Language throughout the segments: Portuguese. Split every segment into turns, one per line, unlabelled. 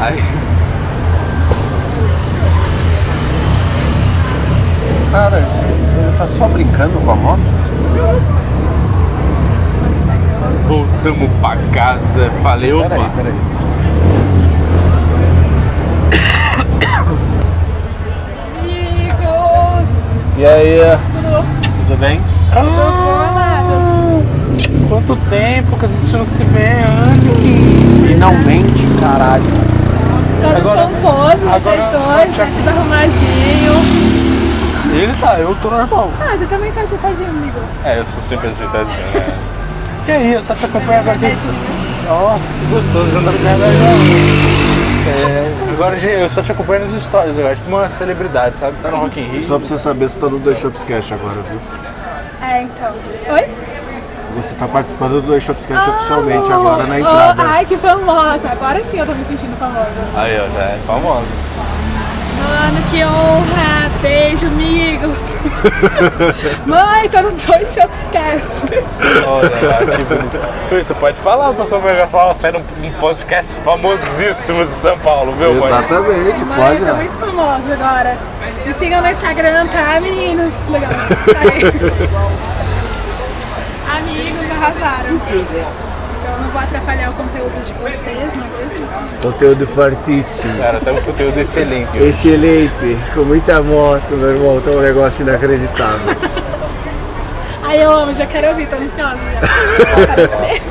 Ai.
Cara, esse- ele tá só brincando com a moto?
Voltamos pra casa, falei, opa,
Peraí, peraí.
Amigos!
E aí? é? Tudo bem?
Tô boa, amado.
Ah, quanto tempo que a gente não se vê, Anne?
Finalmente, caralho.
Todo
Agora-
pomposo,
agora
vocês
só
dois,
te-
tá tudo arrumadinho.
Ele tá, eu tô normal.
Ah, você também tá agitadinho, amigo.
É, eu sou sempre agitadinho, né? E aí, eu só te acompanho agora que Nossa, que gostoso de andar de verdade. É, agora gente, eu só te acompanho nos stories agora, tipo uma celebridade, sabe? Tá no Rock in Rio.
Só pra você saber, você tá no Dois Shops Cash agora, viu?
É, então. Oi?
Você tá participando do Dois Shops Cash oficialmente
Ah,
agora na
oh,
entrada.
ai, que famosa. Agora sim eu tô me sentindo famosa.
Aí, ó, já é famosa.
Mano, que honra. Beijo, amigos. Mãe, tô no dois Shopscast.
Olha lá, que bonito. Ui, Você pode falar, o pessoal vai falar, sai num um podcast famosíssimo de São Paulo, viu, mãe?
Exatamente,
Mãe,
pode.
eu tô
né?
tá muito famosa agora. Me sigam no Instagram, tá, meninos? Legal. Aí. Amigos, arrasaram. Eu não vou atrapalhar o conteúdo de vocês, não é mesmo?
Conteúdo fortíssimo.
Cara, tá um conteúdo excelente. hoje.
Excelente, com muita moto, meu irmão, tá um negócio inacreditável.
Ai, eu amo, já quero ouvir, tô ansiosa. Já. Vou aparecer.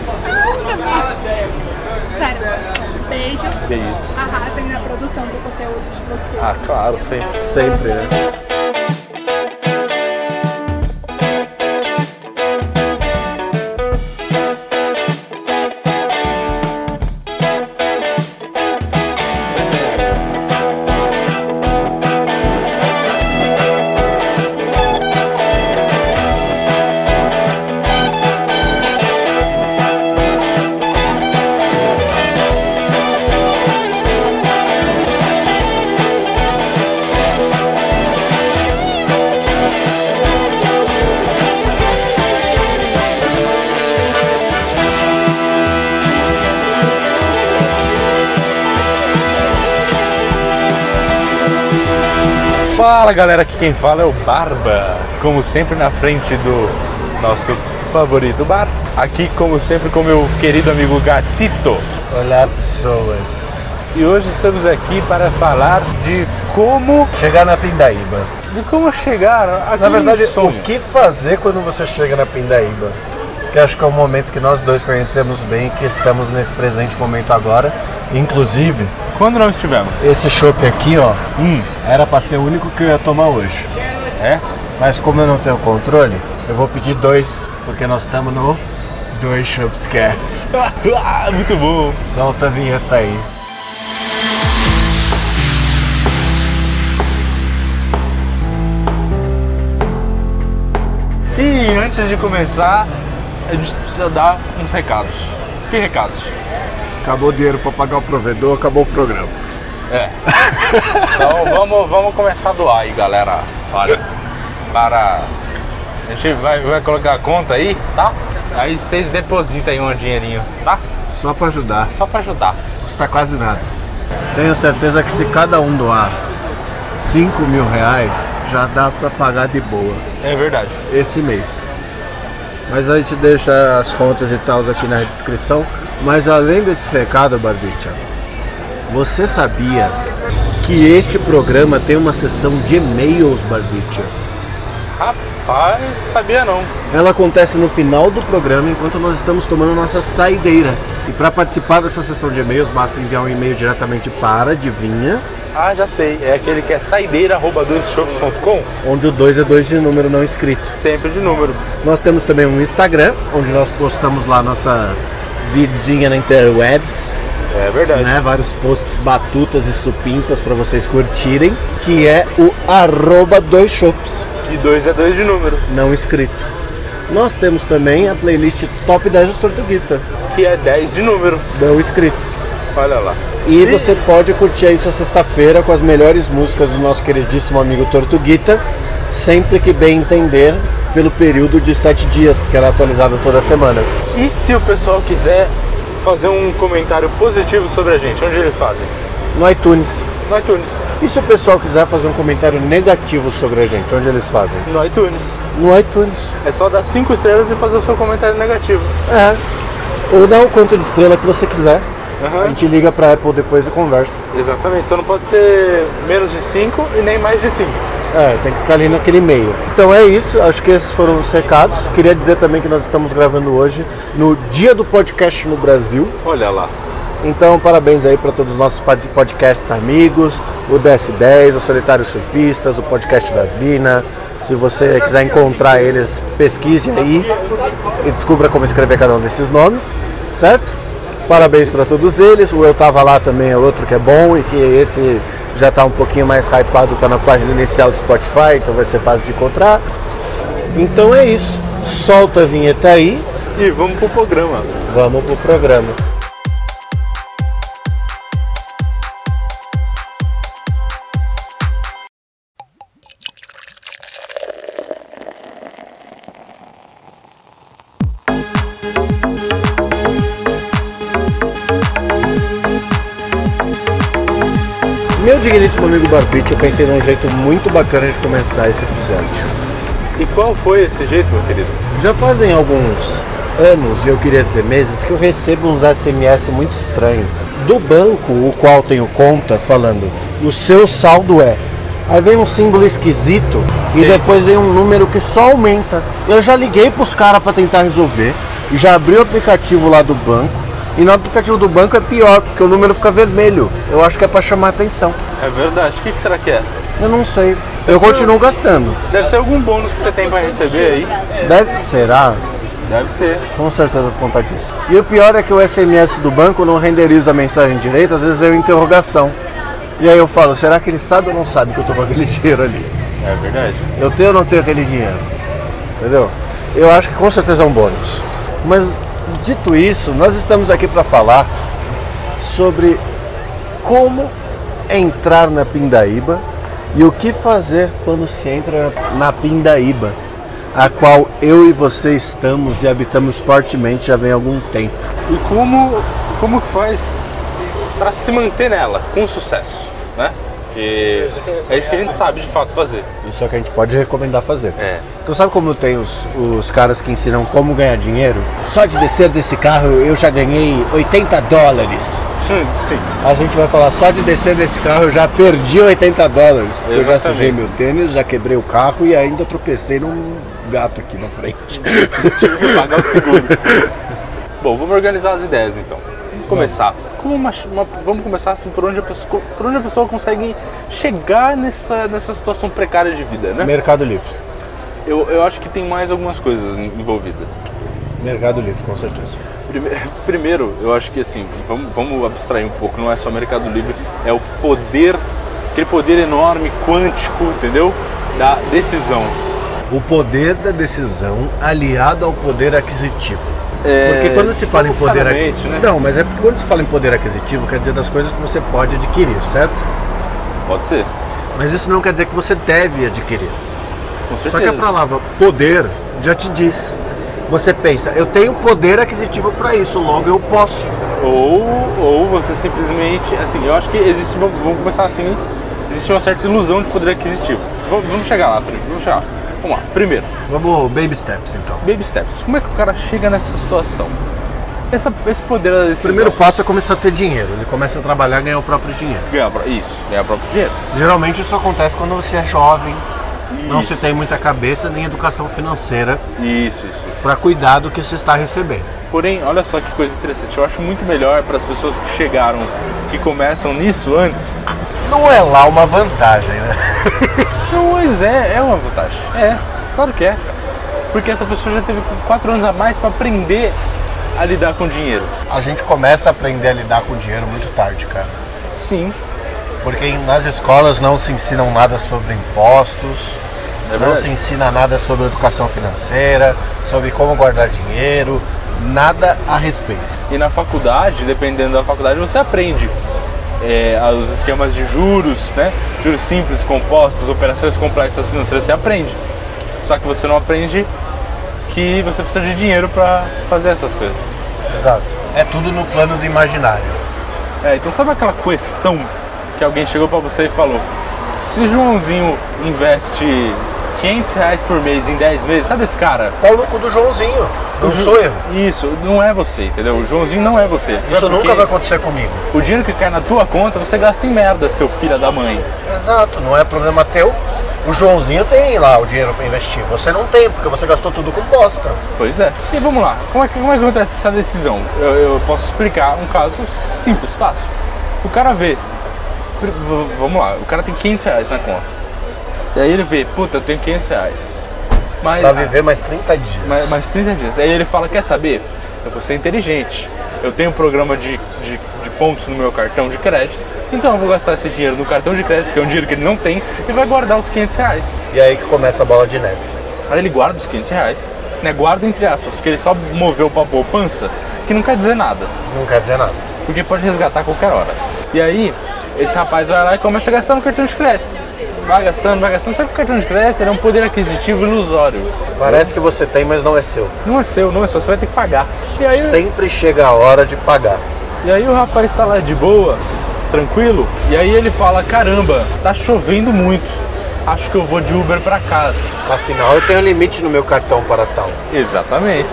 Amigos. Sério. Beijo.
Que isso.
Arrasem na produção do conteúdo de vocês.
Ah, claro, sempre.
Sempre, né?
Fala, galera, aqui quem fala é o Barba. Como sempre, na frente do nosso favorito bar. Aqui, como sempre, com meu querido amigo Gatito.
Olá, pessoas.
E hoje estamos aqui para falar de como,
Chegar na Pindaíba.
de como chegar aqui
Na verdade,
sonho.
o que fazer quando você chega na Pindaíba? Que acho que é um momento que nós dois conhecemos bem, que estamos nesse presente momento agora. Inclusive,
Quando não estivemos?
esse chopp aqui, ó,
Hum,
era para ser o único que eu ia tomar hoje.
é?
Mas como eu não tenho controle, eu vou pedir dois, porque nós estamos no Dois Chopps Cast.
Ah, Muito bom.
Solta a vinheta aí.
E antes de começar, a gente precisa dar uns recados. Que recados?
Acabou o dinheiro para pagar o provedor, acabou o programa.
É. Então vamos, vamos começar a doar aí, galera. Olha, para. A gente vai, vai colocar a conta aí, tá? Aí vocês depositam aí um dinheirinho, tá?
Só para ajudar,
Só pra ajudar.
custa quase nada. Tenho certeza que se cada um doar 5 mil reais, já dá para pagar de boa
É verdade.
esse mês. Mas a gente deixa as contas e tal aqui na descrição. Mas além desse recado, Barbicha, você sabia que este programa tem uma seção de e-mails, Barbicha?
Rapaz, sabia não.
Ela acontece no final do programa, enquanto nós estamos tomando nossa saideira. E para participar dessa sessão de e-mails, basta enviar um e-mail diretamente para Divinha,
Ah, já sei. É aquele que é saideira.com,
onde o 2 é 2 de número não escrito.
sempre de número.
Nós temos também um Instagram, onde nós postamos lá nossa vidinha na interwebs,
É verdade.
né? Vários posts batutas e supimpas para vocês curtirem, que é o arroba dois shops,
E dois é dois de número.
não escrito. Nós temos também a playlist Top 10 dos Tortuguita,
Que é 10 de número.
não escrito.
Olha lá.
E você pode curtir isso sexta-feira com as melhores músicas do nosso queridíssimo amigo Tortuguita, sempre que bem entender, pelo período de sete dias, porque ela é atualizada toda semana.
E se o pessoal quiser fazer um comentário positivo sobre a gente, onde eles fazem?
no iTunes.
No iTunes.
E se o pessoal quiser fazer um comentário negativo sobre a gente, onde eles fazem?
No iTunes.
No iTunes.
É só dar cinco estrelas e fazer o seu comentário negativo.
É. Ou dá o quanto de estrela que você quiser. A
Aham.
gente liga pra Apple depois e conversa.
Uhum. Exatamente. Só não pode ser menos de cinco e nem mais de cinco.
É, tem que ficar ali naquele meio. Então é isso, acho que esses foram os recados. Queria dizer também que nós estamos gravando hoje no dia do podcast no Brasil.
Olha lá.
Então, parabéns aí para todos os nossos pod- podcasts amigos, o DS10, o Solitário Surfistas, o Podcast das Minas. Se você quiser encontrar eles, pesquise aí e descubra como escrever cada um desses nomes, certo? Parabéns para todos eles. O Eu Tava Lá também é outro que é bom e que esse já tá um pouquinho mais hypado, tá na página inicial do Spotify, então vai ser fácil de encontrar. Então é isso. Solta a vinheta aí,
E vamos pro programa.
vamos pro programa. Meu digníssimo amigo Barbite, eu pensei num jeito muito bacana de começar esse episódio.
E qual foi esse jeito, meu querido?
Já fazem alguns anos, eu queria dizer meses, que eu recebo uns SMS muito estranhos do banco, o qual tenho conta, falando: o seu saldo é. Aí vem um símbolo esquisito e
Sei.
depois vem um número que só aumenta. Eu já liguei pros caras pra tentar resolver, já abri o aplicativo lá do banco. E no aplicativo do banco é pior, porque o número fica vermelho. Eu acho que é pra chamar atenção.
É verdade. O que, que será que é?
Eu não sei. Eu continuo gastando.
Deve ser algum bônus que você tem pra receber aí.
Deve, será?
Deve ser.
Com certeza por conta disso. E o pior é que o SMS do banco não renderiza a mensagem direito, às vezes vem uma interrogação. E aí eu falo, será que ele sabe ou não sabe que eu tô com aquele dinheiro ali?
É verdade.
Eu tenho ou não tenho aquele dinheiro? Entendeu? Eu acho que com certeza é um bônus. Mas dito isso, nós estamos aqui para falar sobre como entrar na Pindaíba e o que fazer quando se entra na Pindaíba, a qual eu e você estamos e habitamos fortemente já vem há algum tempo.
E como, como que faz pra se manter nela com sucesso, né? Que é isso que a gente sabe de fato fazer.
Isso é o que a gente pode recomendar fazer.
É.
Então sabe como tem os, os caras que ensinam como ganhar dinheiro? Só de descer desse carro eu já ganhei 80 dólares.
Sim.
A gente vai falar só de descer desse carro, eu já perdi 80 dólares. Porque eu já
Exatamente.
sujei meu tênis, já quebrei o carro e ainda tropecei num gato aqui na frente.
Tive que pagar o seguro. Bom, vamos organizar as ideias então. Vamos começar. Como uma- uma- vamos começar assim por onde a pessoa, por onde a pessoa consegue chegar nessa, nessa situação precária de vida, né?
Mercado Livre.
Eu, eu acho que tem mais algumas coisas en- envolvidas.
Mercado Livre, com certeza.
Prime- Primeiro, eu acho que assim, vamos, vamos abstrair um pouco, não é só Mercado Livre, é o poder, aquele poder enorme, quântico, entendeu? Da decisão.
O poder da decisão aliado ao poder aquisitivo. Porque quando se fala
É, não
em poder
necessariamente,
aquisitivo.
né?
Não, mas é porque quando se fala em poder aquisitivo, quer dizer das coisas que você pode adquirir, certo?
Pode ser,
Mas isso não quer dizer que você deve adquirir.
com certeza.
Só que a palavra poder já te diz. Você pensa, eu tenho poder aquisitivo para isso, logo eu posso.
ou, ou você simplesmente, assim, eu acho que existe, vamos vamos começar assim, existe uma certa ilusão de poder aquisitivo. Vamos, vamos chegar lá, primeiro, vamos chegar lá. Vamos lá, primeiro,
Vamos, baby steps então.
baby steps. Como é que o cara chega nessa situação? Essa, esse poder da
O
decisão.
primeiro passo é começar a ter dinheiro. Ele começa a trabalhar e ganhar o próprio dinheiro.
Ganhar pro- isso, ganhar próprio dinheiro.
Geralmente isso acontece quando você é jovem, não
Isso.
se tem muita cabeça nem educação financeira
Isso, isso, isso.
para cuidar do que se está recebendo.
Porém, olha só que coisa interessante. Eu acho muito melhor para as pessoas que chegaram, que começam nisso antes.
Não é lá uma vantagem, né?
Não, mas é, é uma vantagem. É, claro que é. cara. Porque essa pessoa já teve quatro anos a mais para aprender a lidar com dinheiro.
A gente começa a aprender a lidar com dinheiro muito tarde, cara.
Sim,
Porque nas escolas não se ensinam nada sobre impostos,
É
não
verdade.
se ensina nada sobre educação financeira, sobre como guardar dinheiro, nada a respeito.
E na faculdade, dependendo da faculdade, você aprende é, os esquemas de juros, né? Juros simples, compostos, operações complexas financeiras, você aprende. Só que você não aprende que você precisa de dinheiro para fazer essas coisas.
Exato. É tudo no plano do imaginário.
É, então sabe aquela questão que alguém chegou pra você e falou: se o Joãozinho investe 500 reais por mês em 10 meses, sabe esse cara?
Tá o louco do Joãozinho. Não
O Ju-
sou eu.
Isso, não é você, entendeu? O Joãozinho não é você. Não é
Isso
porque
nunca vai acontecer comigo.
O dinheiro que cai na tua conta você gasta em merda, seu filho da mãe.
Exato, não é problema teu. O Joãozinho tem lá o dinheiro pra investir. Você não tem, porque você gastou tudo com bosta.
Pois é. E vamos lá, como é que, como é que acontece essa decisão? Eu, eu posso explicar um caso simples, fácil. O cara vê, pr- v- vamos lá, o cara tem 500 reais na conta. E aí ele vê, puta, eu tenho 500 reais. Mas,
Pra viver mais 30 dias.
mas, mas 30 dias. Aí ele fala, quer saber? Eu vou ser inteligente. Eu tenho um programa de, de, de pontos no meu cartão de crédito. Então eu vou gastar esse dinheiro no cartão de crédito, que é um dinheiro que ele não tem, e vai guardar os 500 reais.
E aí que começa a bola de neve.
Aí ele guarda os 500 reais, né? Guarda entre aspas, porque ele só moveu pra poupança, que não quer dizer nada,
Não quer dizer nada.
porque pode resgatar a qualquer hora. E aí, esse rapaz vai lá e começa a gastar no cartão de crédito. Vai gastando, vai gastando, só que o cartão de crédito ele é um poder aquisitivo ilusório.
Parece que você tem, mas não é seu.
Não é seu, não é seu, você vai ter que pagar. E aí,
Sempre chega a hora de pagar.
e aí o rapaz tá lá de boa, tranquilo, e aí ele fala, caramba, tá chovendo muito, acho que eu vou de Uber pra casa.
Afinal, eu tenho limite no meu cartão para tal.
Exatamente.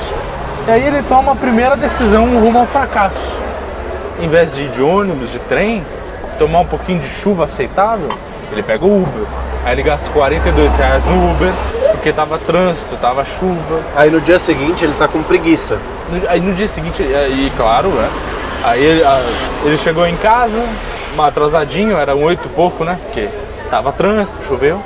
E aí ele toma a primeira decisão rumo ao fracasso. Em vez de ir de ônibus, de trem, tomar um pouquinho de chuva aceitável, ele pega o Uber. Aí ele gasta 42 reais no Uber, porque tava trânsito, tava chuva.
Aí no dia seguinte ele tá com preguiça.
No- Aí no dia seguinte, aí claro, né? Aí ele, a- ele chegou em casa, uma- atrasadinho, era um oito e pouco, né? Porque tava trânsito, choveu.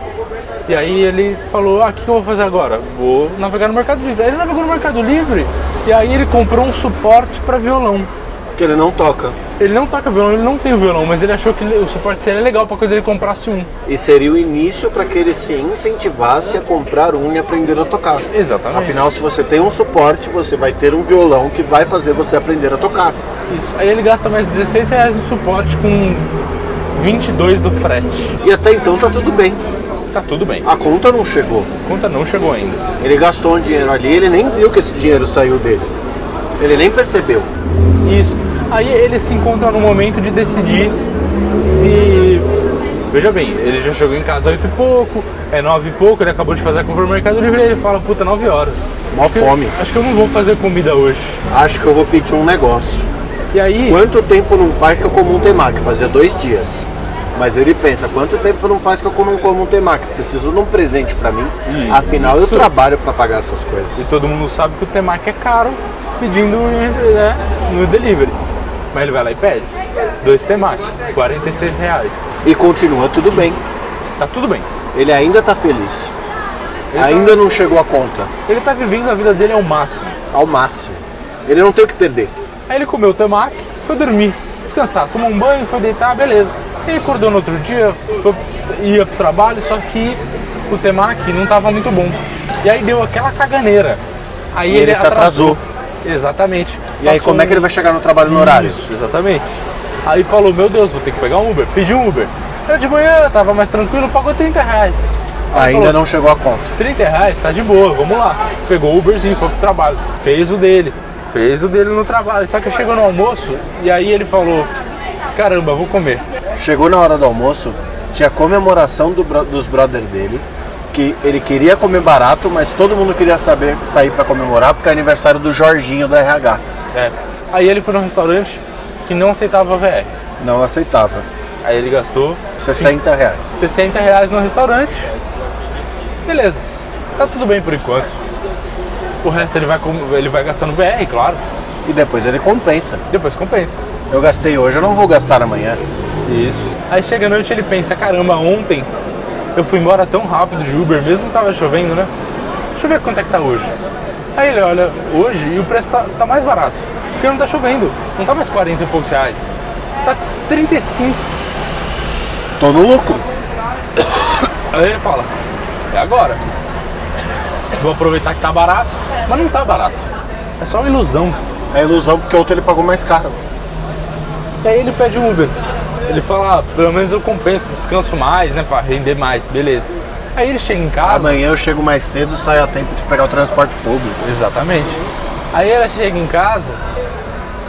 E aí ele falou, ah, o que que eu vou fazer agora? Vou navegar no Mercado Livre. Aí ele navegou no Mercado Livre e aí ele comprou um suporte para violão.
Porque ele não toca.
Ele não toca violão, ele não tem violão, mas ele achou que ele- o suporte seria legal para quando ele comprasse um.
E seria o início para que ele se incentivasse a comprar um e aprender a tocar.
Exatamente.
Afinal, se você tem um suporte, você vai ter um violão que vai fazer você aprender a tocar.
Isso. Aí ele gasta mais 16 reais no suporte com 22 do frete.
E até então tá tudo bem.
Tá tudo bem.
A conta não chegou.
A conta não chegou ainda.
Ele gastou um dinheiro ali, ele nem viu que esse dinheiro saiu dele. Ele nem percebeu.
Isso. Aí ele se encontra no momento de decidir se. Veja bem, ele já chegou em casa oito e pouco, é nove e pouco, ele acabou de fazer a compra no Mercado Livre e ele fala, puta, nove horas.
Mó
Acho que-
fome.
Acho que eu não vou fazer comida hoje.
Acho que eu vou pedir um negócio.
E aí,
Quanto tempo não faz que eu como um temaki? Fazia dois dias. Mas ele pensa, quanto tempo não faz que eu não como um temaki? Preciso de um presente pra mim.
Hum, Isso.
Afinal, eu trabalho pra pagar essas
e
coisas.
todo mundo sabe que o temaki é caro pedindo né, no delivery. Mas ele vai lá e pede. Dois temaki, 46 reais.
E continua tudo bem.
Tá tudo bem.
Ele ainda tá feliz.
Ele tá-
Ainda não chegou a conta.
ele tá vivendo a vida dele ao máximo.
Ao máximo. Ele não tem o que perder.
Aí ele comeu o temaki, foi dormir, descansar, tomou um banho, foi deitar, beleza. Ele acordou no outro dia, foi, ia pro trabalho, só que o temaki não tava muito bom. E aí deu aquela caganeira. Aí
E ele se atrasou.
Exatamente.
E aí, como é
um
que ele vai chegar no trabalho no horário?
Isso, exatamente. Aí falou, meu Deus, vou ter que pegar um Uber. Pedi um Uber. Era de manhã, tava mais tranquilo, pagou 30 reais. Aí
Ainda
falou,
não chegou a conta.
30 reais, tá de boa, vamos lá. Pegou o Uberzinho, foi pro trabalho. Fez o dele. Fez o dele no trabalho. Só que chegou no almoço e aí ele falou: Caramba, vou comer.
Chegou na hora do almoço, tinha comemoração do bro- dos brother dele, que ele queria comer barato, mas todo mundo queria saber sair pra comemorar porque é aniversário do Jorginho da RH.
É. Aí ele foi num restaurante que não aceitava VR.
Não aceitava.
Aí ele gastou
60 reais.
60 reais no restaurante. Beleza, tá tudo bem por enquanto. O resto ele vai, com- ele vai gastar no VR, claro.
E depois ele compensa.
Depois compensa.
Eu gastei hoje, eu não vou gastar amanhã.
Isso. Aí chega a noite ele pensa, caramba, ontem eu fui embora tão rápido de Uber, mesmo que tava chovendo, né? Deixa eu ver quanto é que tá hoje. Aí ele olha, hoje e o preço tá, tá mais barato. Porque não tá chovendo, não tá mais 40 e poucos reais. Tá 35.
Tô no lucro.
Aí ele fala, é agora. Vou aproveitar que tá barato, mas não tá barato. É só uma ilusão.
É ilusão porque outro ele pagou mais caro.
E aí ele pede um Uber. Ele fala, ah, pelo menos eu compenso, descanso mais, né? Pra render mais, beleza. Aí ele chega em casa.
Amanhã eu chego mais cedo, saio a tempo de pegar o transporte público.
Exatamente. Aí ela chega em casa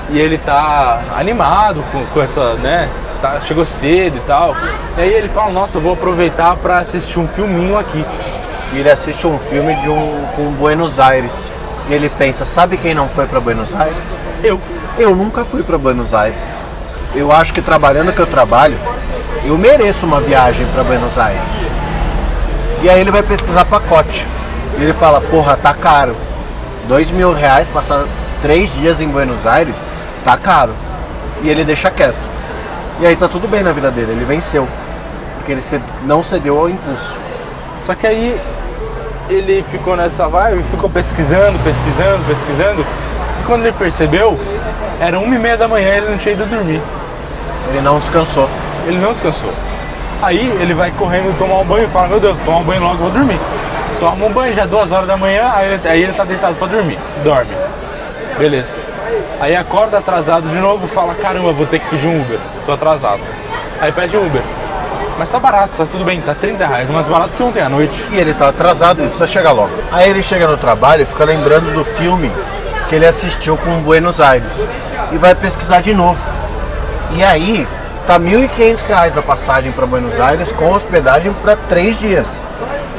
e ele tá animado com, com essa, né? tá- chegou cedo e tal. E aí ele fala, nossa, eu vou aproveitar pra assistir um filminho aqui.
E ele assiste um filme de um, com Buenos Aires. E ele pensa, sabe quem não foi pra Buenos Aires?
Eu.
Eu nunca fui pra Buenos Aires. Eu acho que trabalhando que eu trabalho, eu mereço uma viagem pra Buenos Aires. E aí ele vai pesquisar pacote. E ele fala, porra, tá caro. Dois mil reais passar três dias em Buenos Aires, tá caro. E ele deixa quieto. E aí tá tudo bem na vida dele, ele venceu. Porque ele ced- não cedeu ao impulso.
Só que aí ele ficou nessa vibe, ficou pesquisando, pesquisando, pesquisando. E quando ele percebeu, era uma e meia da manhã e ele não tinha ido dormir.
Ele não descansou.
Ele não descansou. Aí ele vai correndo tomar um banho e fala, meu Deus, tomar um banho logo, vou dormir. Toma um banho, já duas horas da manhã, aí ele, aí ele tá deitado pra dormir. Dorme. Beleza. Aí acorda atrasado de novo, fala, caramba, vou ter que pedir um Uber, tô atrasado. Aí pede um Uber. Mas tá barato, tá tudo bem, tá 30 reais, mais barato que ontem à noite.
E ele tá atrasado, ele precisa chegar logo. Aí ele chega no trabalho e fica lembrando do filme que ele assistiu com o Buenos Aires. E vai pesquisar de novo. E aí, tá R$ 1.500 reais a passagem para Buenos Aires com hospedagem para três dias.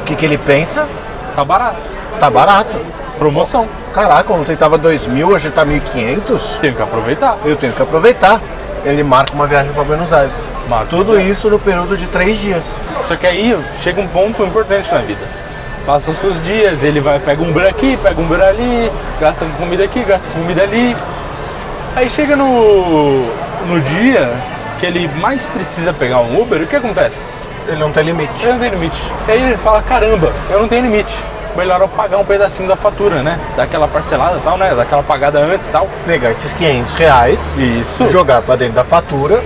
O que, que ele pensa?
Tá barato.
Tá barato.
Promoção.
Caraca, ontem tava 2.000, hoje tá 1.500.
Tenho que aproveitar.
Eu tenho que aproveitar. Ele marca uma viagem para Buenos Aires.
Marca.
Tudo isso no período de três dias.
Só que aí chega um ponto importante na vida. Passam seus dias, ele vai, pega um Uber aqui, pega um Uber ali, gasta com comida aqui, gasta com comida ali. Aí chega no, no dia que ele mais precisa pegar um Uber, o que acontece?
Ele não tem limite.
Ele não tem limite. E aí ele fala, caramba, eu não tenho limite. Melhor eu pagar um pedacinho da fatura, né? Daquela parcelada e tal, né? Daquela pagada antes e tal.
Pegar esses 500 reais
Isso.
jogar pra dentro da fatura,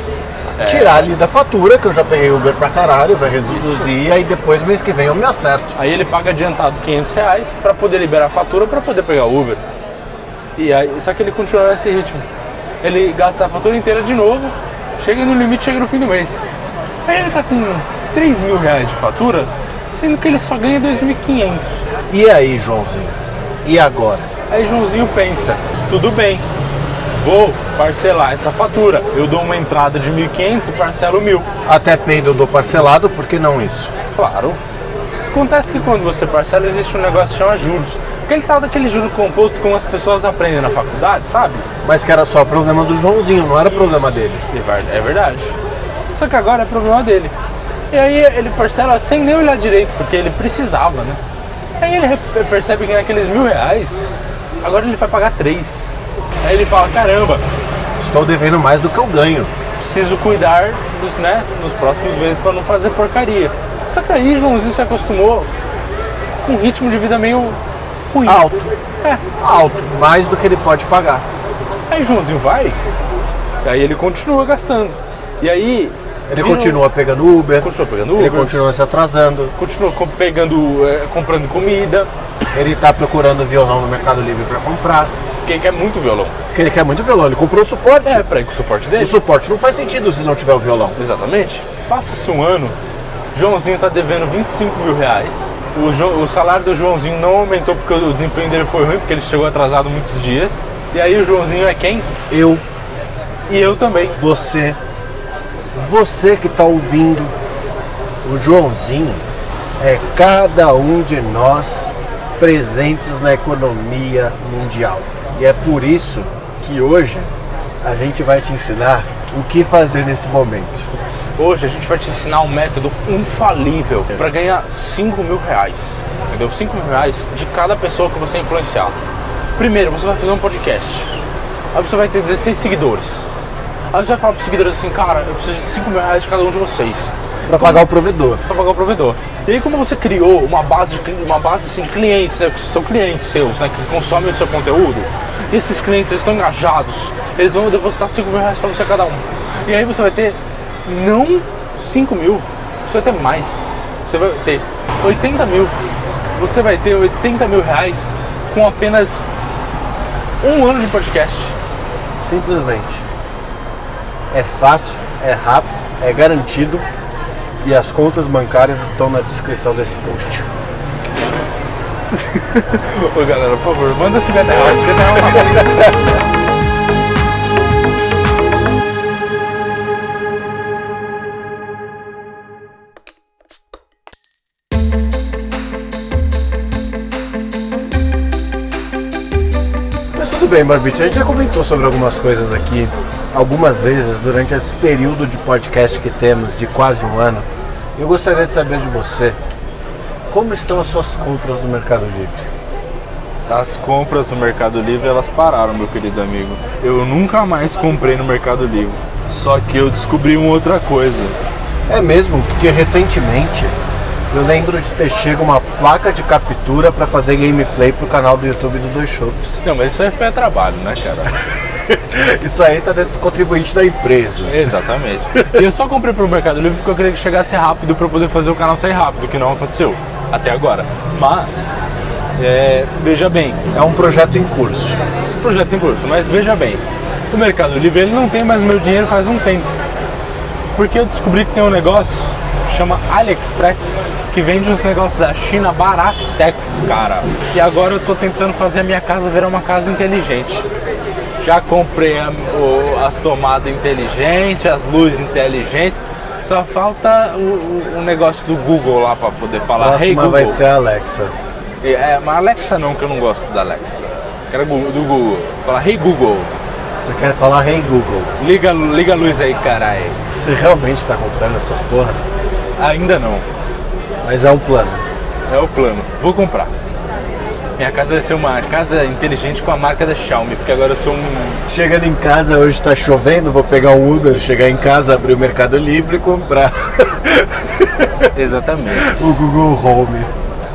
É.
tirar ali da fatura, que eu já peguei Uber pra caralho, vai reduzir, e aí depois mês que vem eu me acerto.
Aí ele paga adiantado 500 reais para poder liberar a fatura para poder pegar o Uber. E aí, só que ele continua nesse ritmo. Ele gasta a fatura inteira de novo, chega no limite, chega no fim do mês. Aí ele tá com 3 mil reais de fatura, sendo que ele só ganha 2.500.
E aí, Joãozinho? E agora?
Aí Joãozinho pensa, tudo bem, vou parcelar essa fatura. Eu dou uma entrada de 1.500 e parcelo mil.
Até peido eu dou parcelado, por que não isso?
Claro. Acontece que quando você parcela, existe um negócio que chama juros. Aquele tal daquele juro composto que umas pessoas aprendem na faculdade, sabe?
Mas que era só problema do Joãozinho, não era problema dele.
E vai- É verdade. Só que agora é problema dele. E aí ele parcela sem nem olhar direito, porque ele precisava, né? Aí ele re- percebe que naqueles mil reais, agora ele vai pagar três. Aí ele fala, caramba,
Estou devendo mais do que eu ganho.
preciso cuidar dos, né, nos próximos meses para não fazer porcaria. Só que aí Joãozinho se acostumou com um ritmo de vida meio ruim.
Alto.
É.
Alto, mais do que ele pode pagar.
Aí Joãozinho vai, e aí ele continua gastando. E aí.
Ele
vira um-
continua pegando Uber,
Continua pegando
ele
Uber,
continua se atrasando,
continua co- pegando, eh, comprando comida,
ele tá procurando violão no Mercado Livre pra comprar.
quem quer muito violão.
Porque ele quer muito violão, ele comprou o suporte.
É, pra ir com o suporte dele.
O suporte não faz sentido se não tiver o violão.
Exatamente. Passa-se um ano, Joãozinho tá devendo 25 mil reais. O, Jo- o salário do Joãozinho não aumentou porque o desempenho dele foi ruim, porque ele chegou atrasado muitos dias. E aí o Joãozinho é quem?
Eu,
E eu também.
você, você que tá ouvindo, o Joãozinho é cada um de nós presentes na economia mundial. E é por isso que hoje a gente vai te ensinar o que fazer nesse momento.
Hoje a gente vai te ensinar um método infalível para ganhar 5 mil reais. Entendeu? 5 mil reais de cada pessoa que você influenciar. Primeiro, você vai fazer um podcast. Aí você vai ter 16 seguidores. Aí você vai falar para os seguidores assim, cara, eu preciso de 5 mil reais de cada um de vocês
Pra pagar o provedor.
para pagar o provedor. E aí como você criou uma base, de, cli- uma base assim, de clientes, né, que são clientes seus, né, que consomem o seu conteúdo, e esses clientes eles estão engajados, eles vão depositar 5 mil reais para você cada um. E aí você vai ter não 5 mil, você vai ter mais. Você vai ter 80 mil. Você vai ter 80 mil reais com apenas um ano de podcast.
Simplesmente. É fácil, é rápido, é garantido e as contas bancárias estão na descrição desse post.
Ô galera, por favor, manda 50 reais, 50 reais na conta.
bem, Barbite, a gente já comentou sobre algumas coisas aqui, algumas vezes durante esse período de podcast que temos, de quase um ano. Eu gostaria de saber de você, como estão as suas compras no Mercado Livre?
As compras no Mercado Livre elas pararam, meu querido amigo. Eu nunca mais comprei no Mercado Livre. Só que eu descobri uma outra coisa.
É mesmo, porque recentemente eu lembro de ter chego uma placa de captura para fazer gameplay pro canal do YouTube do Dois Shops.
Não, mas isso aí foi trabalho, né, cara?
Isso aí tá dentro do contribuinte da empresa.
Exatamente. E eu só comprei pro Mercado Livre porque eu queria que chegasse rápido para poder fazer o canal sair rápido, que não aconteceu até agora. Mas, é, veja bem,
É um projeto em curso.
projeto em curso, mas veja bem, o Mercado Livre ele não tem mais meu dinheiro faz um tempo. Porque eu descobri que tem um negócio que chama AliExpress, que vende uns negócios da China baratex, cara. E agora eu tô tentando fazer a minha casa virar uma casa inteligente. Já comprei a- o- as tomadas inteligentes, as luzes inteligentes. Só falta o, o- o negócio do Google lá pra poder falar. Ah, "Hey,
Próxima
Google".
vai ser a Alexa.
É, mas Alexa não, que eu não gosto da Alexa. Quero Gu- do Google. Falar, hey Google,
Você quer falar Hey Google?
liga, liga a luz aí, carai.
Você realmente está comprando essas porra?
Ainda não,
Mas é um plano.
é o plano. Vou comprar. Minha casa vai ser uma casa inteligente com a marca da Xiaomi, porque agora eu sou um...
Chegando em casa, hoje está chovendo, vou pegar um Uber, chegar em casa, abrir o Mercado Livre e comprar
Exatamente.
o Google Home.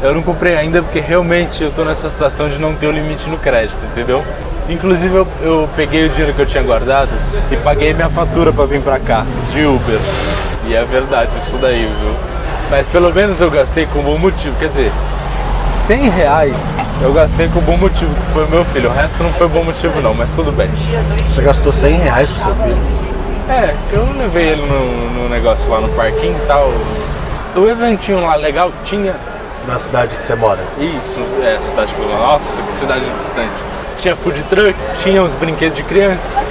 Eu não comprei ainda porque realmente eu tô nessa situação de não ter o limite no crédito, entendeu? Inclusive eu, eu peguei o dinheiro que eu tinha guardado e paguei minha fatura pra vir pra cá, de Uber. E é verdade isso daí, viu? Mas pelo menos eu gastei com um bom motivo, quer dizer, 100 reais eu gastei com um bom motivo, que foi meu filho. O resto não foi bom motivo não, mas tudo bem.
Você gastou 100 reais pro seu filho.
É, eu levei ele no, no negócio lá no parquinho e tal. O eventinho lá legal tinha,
Na cidade que você mora.
Isso, é cidade que eu- Nossa, que cidade distante. Tinha food truck, tinha uns brinquedos de criança.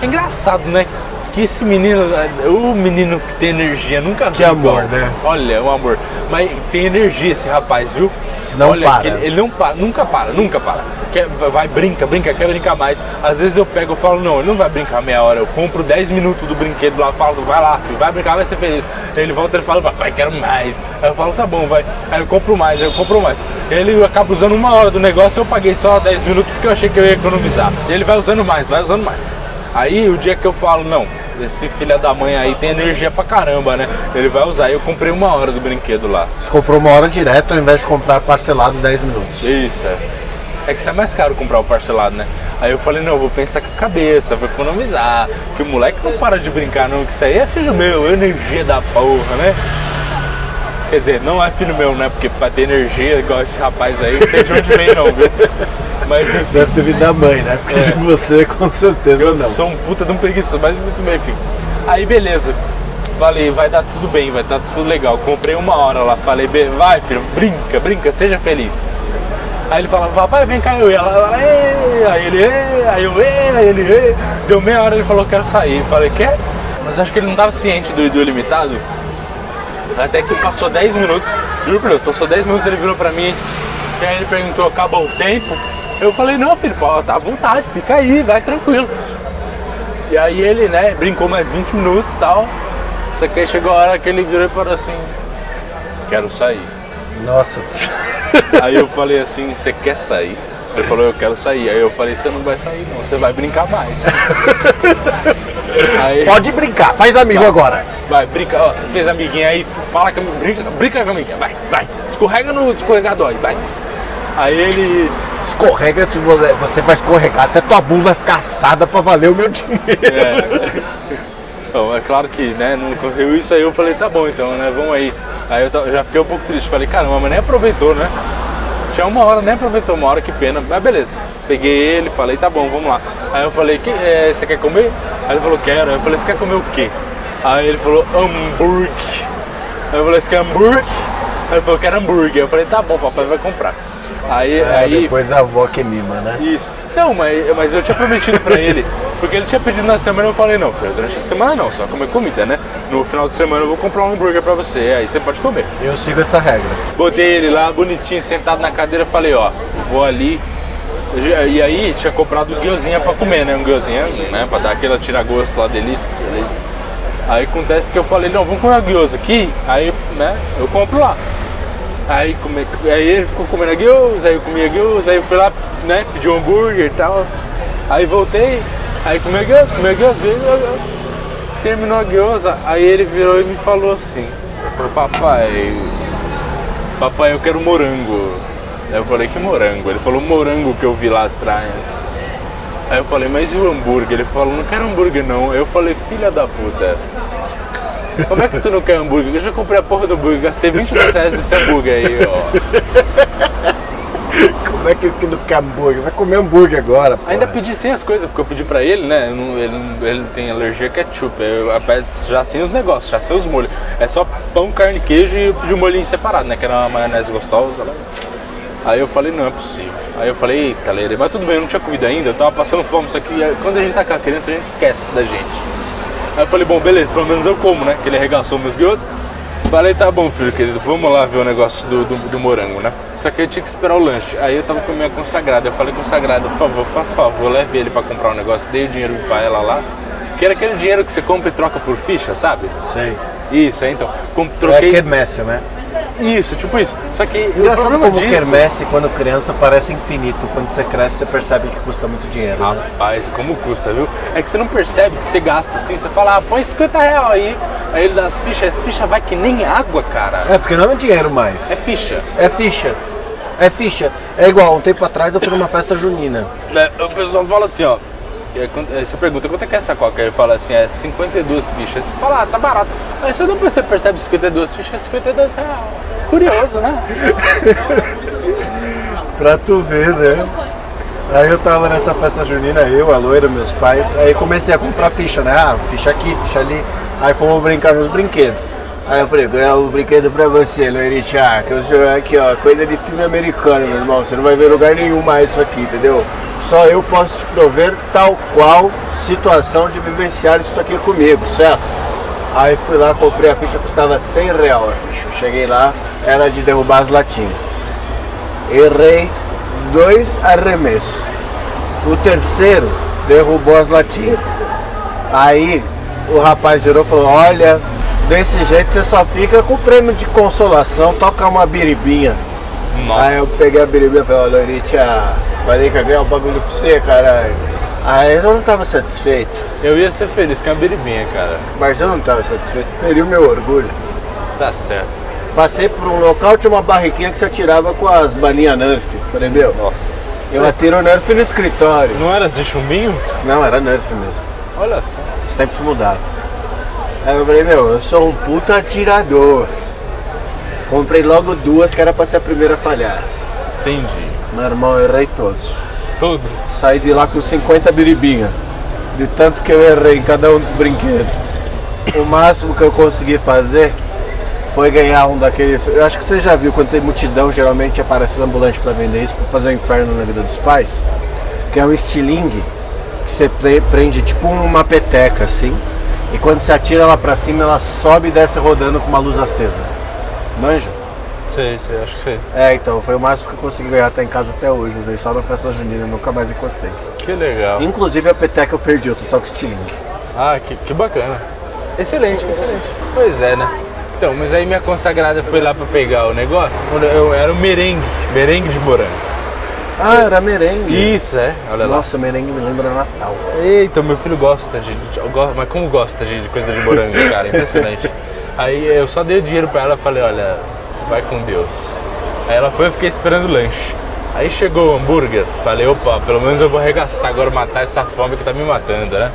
É engraçado, né? Que esse menino, o menino que tem energia, nunca vi
Que
igual.
amor, né?
Olha, um amor. Mas tem energia esse rapaz, viu?
Não
Olha,
para.
que Ele, ele não para, nunca para, nunca para. Quer, vai, brinca, brinca, quer brincar mais. Às vezes eu pego e falo, não, ele não vai brincar meia hora. Eu compro 10 minutos do brinquedo lá, falo, vai lá, filho, vai brincar, vai ser feliz. Ele volta e fala, papai, quero mais. Aí eu falo, tá bom, vai. Aí eu compro mais, aí eu compro mais. Ele acaba usando uma hora do negócio, eu paguei só 10 minutos porque eu achei que eu ia economizar. Ele vai usando mais, vai usando mais. Aí o dia que eu falo, não, esse filho da mãe aí tem energia pra caramba, né? Ele vai usar. Aí eu comprei uma hora do brinquedo lá.
Você comprou uma hora direto ao invés de comprar parcelado 10 minutos.
Isso, é. É que isso é mais caro comprar o parcelado, né? Aí eu falei, não, eu vou pensar com a cabeça, vou economizar. Que o moleque não para de brincar, não. Que isso aí é filho meu, energia da porra, né? Quer dizer, não é filho meu, né? Porque pra ter energia igual esse rapaz aí, não sei de onde vem, não, viu? Mas enfim.
Deve ter vindo da mãe, né? Porque de você com certeza
Eu
não.
sou um puta de um preguiçoso, mas muito bem, filho. Aí beleza. Falei, vai dar tudo bem, vai dar tudo legal. Comprei uma hora lá, falei, "Be- vai filho, brinca, brinca, seja feliz. Aí ele fala, papai, vem cá, eu e ela, ela, "Ei", aí ele, "Ei", aí eu, "Ei", aí ele, "Ei". deu meia hora, ele falou, quero sair. Eu falei, quer? Mas acho que ele não tava ciente do, do limitado. Até que passou 10 minutos, juro por Deus, passou 10 minutos, ele virou pra mim, e aí ele perguntou, acabou o tempo? Eu falei, não, filho, pô, tá à vontade, fica aí, vai tranquilo. E aí ele, né, brincou mais 20 minutos e tal. Só que aí chegou a hora que ele virou e falou assim, quero sair.
Nossa,
Aí eu falei assim, você quer sair? Ele falou, eu quero sair. Aí eu falei, você não vai sair não, você vai brincar mais. aí,
pode brincar, faz amigo agora.
vai, brinca, ó, você fez amiguinha aí, fala com a mi- brinca, brinca com a amiguinha, vai, vai. Escorrega no escorregador aí, vai. Aí ele
Escorrega, se vo- você vai escorregar até tua bunda vai ficar assada pra valer o meu dinheiro.
É. Bom, é claro que né, não correu isso aí, eu falei, tá bom então, né? Vamos aí. Aí eu ta- já fiquei um pouco triste, falei, caramba, mas nem aproveitou, né? Tinha uma hora, nem aproveitou uma hora, que pena. Mas beleza. Peguei ele, falei, tá bom, vamos lá. Aí eu falei, que, é, você quer comer? Aí ele falou, quero. Aí eu falei, você quer comer o quê? Aí ele falou, hambúrguer. Aí eu falei, você quer hambúrguer? Aí ele falou, quero hambúrguer. Eu falei, tá bom, papai vai comprar. Aí,
É,
aí
depois a avó que mima, né?
isso. Não, mas, mas eu tinha prometido pra ele, porque ele tinha pedido na semana, eu falei, não, filho, durante a semana não, só comer comida, né? No final de semana eu vou comprar um hambúrguer pra você, aí você pode comer.
Eu sigo essa regra.
Botei ele lá, bonitinho, sentado na cadeira, falei, ó, vou ali, Eu já- E aí tinha comprado um guiozinha pra comer, né? Um guiozinha, né? Pra dar aquela tira-gosto lá, delícia, delícia. Aí acontece que eu falei, não, vamos comer a guiosa aqui, aí, né, eu compro lá. Aí, come, aí ele ficou comendo a guiosa, aí eu comi a guiosa, aí eu fui lá, né, pedi um hambúrguer e tal. Aí voltei, aí comi a guiosa, comi a guiosa, comi a guiosa. Terminou a guiosa, aí ele virou e me falou assim, ele falou, papai, Papai, eu quero morango. Aí eu falei, que morango? Ele falou, morango que eu vi lá atrás. Aí eu falei, mas e o hambúrguer? Ele falou, não quero hambúrguer não. Eu falei, filha da puta. Como é que tu não quer hambúrguer? Eu já comprei a porra do hambúrguer, gastei 22 reais nesse hambúrguer aí, ó.
Como é que ele não quer hambúrguer? Vai comer hambúrguer agora, pô.
Ainda pedi sem as coisas, porque eu pedi pra ele, né? eu não- Ele, não- ele tem alergia a ketchup. Eu eu peço já sem os negócios, já sem os molhos. É só pão, carne, queijo e eu pedi um molhinho separado, né? Que era uma maionese gostosa lá. Aí eu falei, não é possível. Aí eu falei, eita, Leire, mas tudo bem, eu não tinha comido ainda, eu tava passando fome, só que quando a gente tá com a criança, a gente esquece da gente. Aí eu falei, bom, beleza, pelo menos eu como, né? Que ele arregaçou meus guios. Falei, tá bom, filho querido, vamos lá ver o negócio do, do, do morango, né? Só que eu tinha que esperar o lanche. Aí eu tava com a minha consagrada. Eu falei, consagrada, por favor, faz favor, leve ele pra comprar um negócio. Dei o dinheiro pra ela lá. Que era aquele dinheiro que você compra e troca por ficha, sabe?
Sei.
Isso, é, então. Com,
É
troquei.
quermesse, né?
Isso, tipo isso. Só que o
Engraçado
problema
como
disso...
quermesse, quando criança, parece infinito. Quando você cresce, você percebe que custa muito dinheiro. né?
Rapaz, como custa, viu? É que você não percebe que você gasta assim, você fala, ah, põe 50 real aí. Aí ele dá as fichas, as fichas vai que nem água, cara.
É, porque não é dinheiro mais.
É ficha.
É ficha. É ficha. É igual, um tempo atrás eu fui numa festa junina.
Né, O pessoal fala assim, ó. é, quando- é, Você pergunta quanto é que é essa coca? Ele fala assim, é 52 fichas. Você fala, ah, tá barato. Aí você não você percebe 52 fichas, é 52 reais. Curioso, né?
Pra tu ver, né? Aí eu tava nessa festa junina, eu, a loira, meus pais. Aí comecei a comprar ficha, né? Ah, ficha aqui, ficha ali. Aí fomos brincar nos brinquedos. Aí eu falei, ganhar um brinquedo pra você, Loirixá, que eu sou aqui, ó, coisa de filme americano, meu irmão. Você não vai ver lugar nenhum mais isso aqui, entendeu? Só eu posso te prover tal qual situação de vivenciar isso aqui comigo, certo? Aí fui lá, comprei a ficha, custava 100 real a ficha. Cheguei lá, era de derrubar as latinhas. Errei dois arremessos. O terceiro derrubou as latinhas. Aí o rapaz virou e falou: Olha, desse jeito você só fica com o prêmio de consolação, toca uma biribinha. Aí eu peguei a biribinha e falei: Ó, Louritia, falei que ia ganhar o bagulho pra você, caralho. Aí eu não tava satisfeito,
Eu ia ser feliz com a beribinha, cara.
mas eu não tava satisfeito, feriu meu orgulho.
Tá certo.
Passei por um local, tinha uma barriquinha que você atirava com as balinhas Nerf. Falei, meu,
Nossa.
eu atiro Nerf no escritório.
Não era de chumbinho?
Não, era Nerf mesmo.
Olha só.
Os tempos mudaram. Aí eu falei, meu, eu sou um puta atirador. Comprei logo duas que era pra ser a primeira falhasse.
Entendi.
Meu irmão, eu errei todos.
Todos.
Saí de lá com 50 biribinha. De tanto que eu errei em cada um dos brinquedos. O máximo que eu consegui fazer foi ganhar um daqueles. Eu acho que você já viu quando tem multidão, geralmente aparece os ambulantes pra vender isso, pra fazer um inferno na vida dos pais. Que é um estilingue que você pre- prende tipo uma peteca assim. E quando você atira ela pra cima, ela sobe e desce rodando com uma luz acesa. Manja?
Sei, sei, acho que sei.
É, então, foi o máximo que eu consegui ganhar, tá em casa até hoje. Usei só na festa junina, nunca mais encostei.
Que legal.
Inclusive a peteca eu perdi, eu tô só com estilingue.
Ah, que, que bacana. Excelente, excelente. Pois é, né? Então, mas aí minha consagrada foi lá pra pegar o negócio. Quando Eu, era o merengue, merengue de morango.
Ah, era merengue.
Isso, é. Olha lá.
Nossa, merengue me lembra Natal.
Eita, meu filho gosta de, de- go- Mas como gosta de, de coisa de morango, cara? Impressionante. Aí eu só dei o dinheiro pra ela e falei, olha, vai com Deus. Aí ela foi e eu fiquei esperando o lanche. Aí chegou o hambúrguer, falei, opa, pelo menos eu vou arregaçar agora, matar essa fome que tá me matando, né?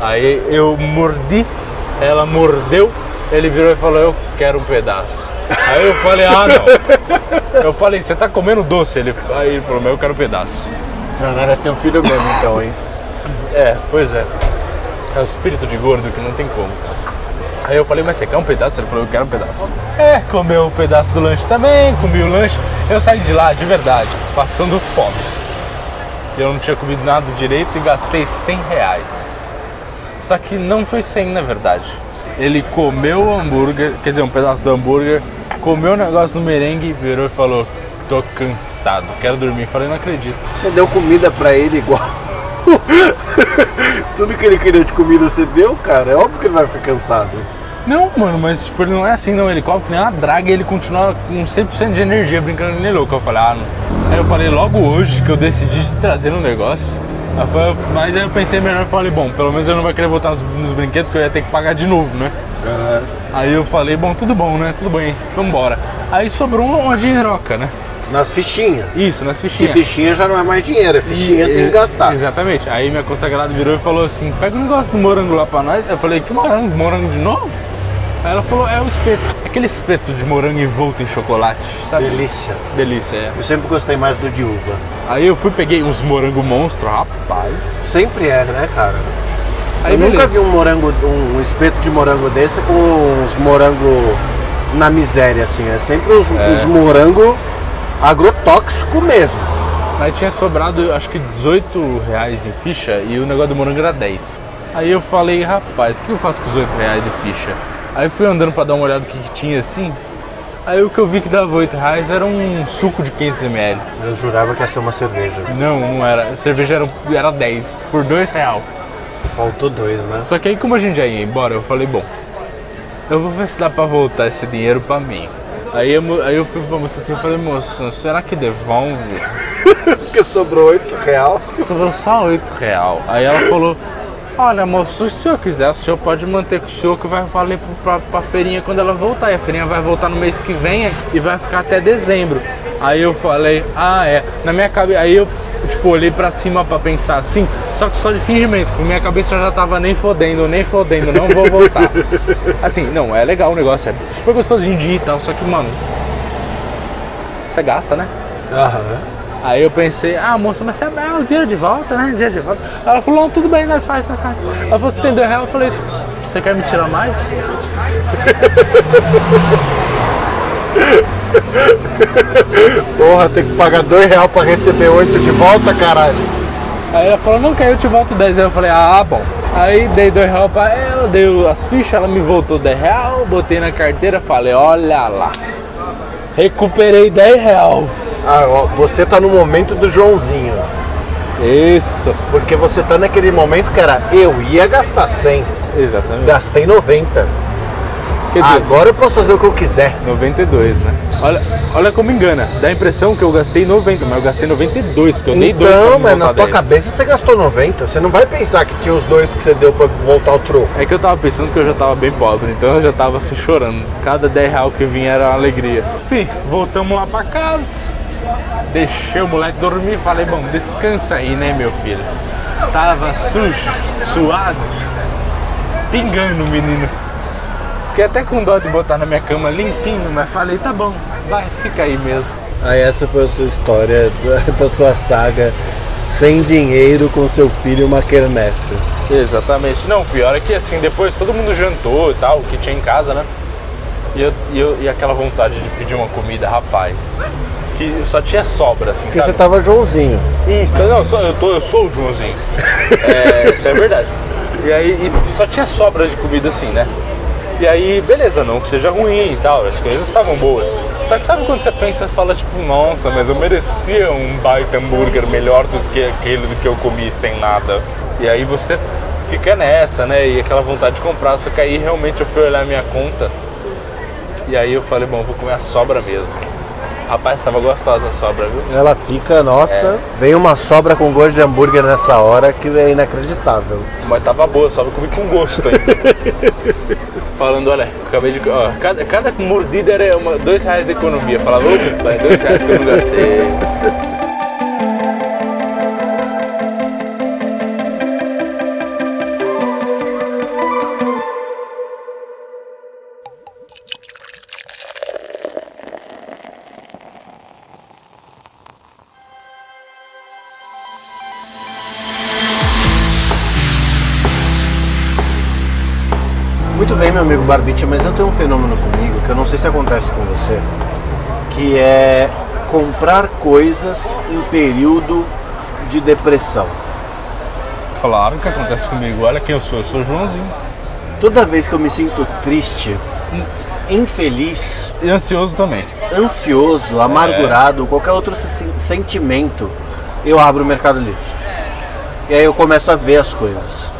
Aí eu mordi, ela mordeu, ele virou e falou, eu quero um pedaço. Aí eu falei, ah não. Eu falei, você tá comendo doce? Ele, aí ele falou, mas eu quero um pedaço.
Caralho, é teu filho mesmo então, hein?
É, pois é. É o espírito de gordo que não tem como. Aí eu falei, mas você quer um pedaço? Ele falou, eu quero um pedaço. É, comeu um pedaço do lanche também, comi o lanche. Eu saí de lá, de verdade, passando fome. Eu não tinha comido nada direito e gastei 100 reais. Só que não foi 100, na verdade. Ele comeu o hambúrguer, quer dizer, um pedaço do hambúrguer, comeu o negócio do merengue, virou e falou, tô cansado, quero dormir. Falei, não acredito.
Você deu comida pra ele igual. Tudo que ele queria de comida você deu, cara. É óbvio que ele vai ficar cansado.
Não, mano, mas tipo, ele não é assim não, ele come que nem uma draga e ele continua com 100% de energia brincando nele louco. Eu falei, ah, não. Aí eu falei logo hoje que eu decidi de trazer um negócio. Aí foi- Mas aí eu pensei melhor e falei, bom, pelo menos eu não vai querer voltar nos, nos brinquedos porque eu ia ter que pagar de novo, né?
É,
Aí eu falei, bom, tudo bom, né? Tudo bem, vambora. Aí sobrou uma dinheiroca, né?
Nas fichinhas.
Isso, nas
Que
fichinhas.
fichinha já não é mais dinheiro, é fichinha tem que gastar.
Exatamente. Aí minha consagrada virou e falou assim: pega o negócio do morango lá pra nós. Eu falei: que morango? Morango de novo? Aí ela falou: é o espeto. Aquele espeto de morango envolto em chocolate, sabe?
Delícia.
Delícia, é.
Eu sempre gostei mais do de uva.
Aí eu fui, peguei uns morango monstro, rapaz.
Sempre é, né, cara?
Aí
eu nunca
beleza.
vi um morango, um espeto de morango desse com uns morango na miséria, assim. É sempre os, os morango agrotóxico mesmo.
Aí tinha sobrado acho que 18 reais em ficha e o negócio do morango era 10. Aí eu falei, rapaz, o que eu faço com os 8 reais de ficha? Aí fui andando pra dar uma olhada o que, que tinha assim. Aí o que eu vi que dava 8 reais era um suco de 500ml.
Eu jurava que ia ser uma cerveja.
Não, não era. A cerveja era, era 10, por 2 real.
Faltou dois, né?
Só que aí como a gente já ia embora, eu falei, bom, eu vou ver se dá pra voltar esse dinheiro pra mim. Aí eu, mo- aí eu fui pra moça assim e falei, moça, será que devolve?
Porque sobrou oito real.
Sobrou só 8 real. Aí ela falou, olha moço, se o senhor quiser, o senhor pode manter com o senhor que vai valer pro- pra, pra feirinha quando ela voltar. E a feirinha vai voltar no mês que vem e vai ficar até dezembro. Aí eu falei, ah é. Na minha cabeça, aí eu tipo olhei pra cima pra pensar assim, só que só de fingimento, porque minha cabeça já tava nem fodendo, nem fodendo, não vou voltar. assim, não, é legal o negócio, é super gostosinho de ir e tal, só que mano, você gasta, né?
Aham.
Aí eu pensei, ah, moça, mas você é o dinheiro de volta, né? Dinheiro de volta. Ela falou, não, tudo bem, nós faz, nós faz. Ela falou, você tem dois reais? Eu falei, você quer me tirar mais?
Porra, tem que pagar dois real pra receber oito de volta, caralho.
Aí ela falou, não, quer eu te volto 10 Aí eu falei, ah, bom. Aí dei dois reais pra ela, dei as fichas, ela me voltou 10 reais, botei na carteira, falei, olha lá. Recuperei 10 reais.
Ah, ó, você tá no momento do Joãozinho.
Isso,
Porque você tá naquele momento que era eu ia gastar 100,
exatamente.
gastei 90.
Quer dizer,
Agora eu posso fazer o que eu quiser.
92, né? Olha, olha como engana. Dá a impressão que eu gastei 90, mas eu gastei 92, porque eu dei dois pra
Então,
me
mas na
voltar
tua
10.
cabeça você gastou 90. Você não vai pensar que tinha os dois que você deu pra voltar o troco.
É que eu tava pensando que eu já tava bem pobre, então eu já tava assim chorando. Cada 10 real que vinha era uma alegria. Fim, voltamos lá pra casa. Deixei o moleque dormir, falei, bom, descansa aí, né, meu filho? Tava sujo, suado, pingando o menino. Fiquei até com dó de botar na minha cama limpinho, mas falei, tá bom, vai, fica aí mesmo.
Aí essa foi a sua história da- da sua saga sem dinheiro com seu filho uma quermesse.
Exatamente. Não, o pior é que assim, depois todo mundo jantou e tal, o que tinha em casa, né? E, eu, e, eu- e aquela vontade de pedir uma comida, rapaz. Que só tinha sobra, assim,
Porque
sabe?
você tá tava Joãozinho.
Isso, não, só- eu, tô, eu sou o Joãozinho. É, isso é verdade. E aí e só tinha sobra de comida assim, né? E aí, beleza, não que seja ruim e tal, as coisas estavam boas. Só que sabe quando você pensa e fala, tipo, nossa, mas eu merecia um baita hambúrguer melhor do que aquele do que eu comi sem nada. E aí você fica nessa, né? E aquela vontade de comprar, só que aí realmente eu fui olhar a minha conta. E aí eu falei, bom, vou comer a sobra mesmo. Rapaz, tava gostosa a sobra, viu?
Ela fica,
É.
nossa, vem uma sobra com gosto de hambúrguer nessa hora que é inacreditável.
Mas tava boa, só eu comi com gosto ainda. Falando, olha, eu acabei de. Ó, cada, cada mordida era uma, dois reais de economia. Falava, opa, é dois reais que eu não gastei.
Muito bem, meu amigo Barbicha, mas eu tenho um fenômeno comigo que eu não sei se acontece com você, que é comprar coisas em período de depressão.
Claro que acontece comigo. Olha quem eu sou, eu sou o Joãozinho.
Toda vez que eu me sinto triste, infeliz,
E ansioso também.
ansioso, amargurado, qualquer outro se- sentimento, eu abro o Mercado Livre. E aí eu começo a ver as coisas.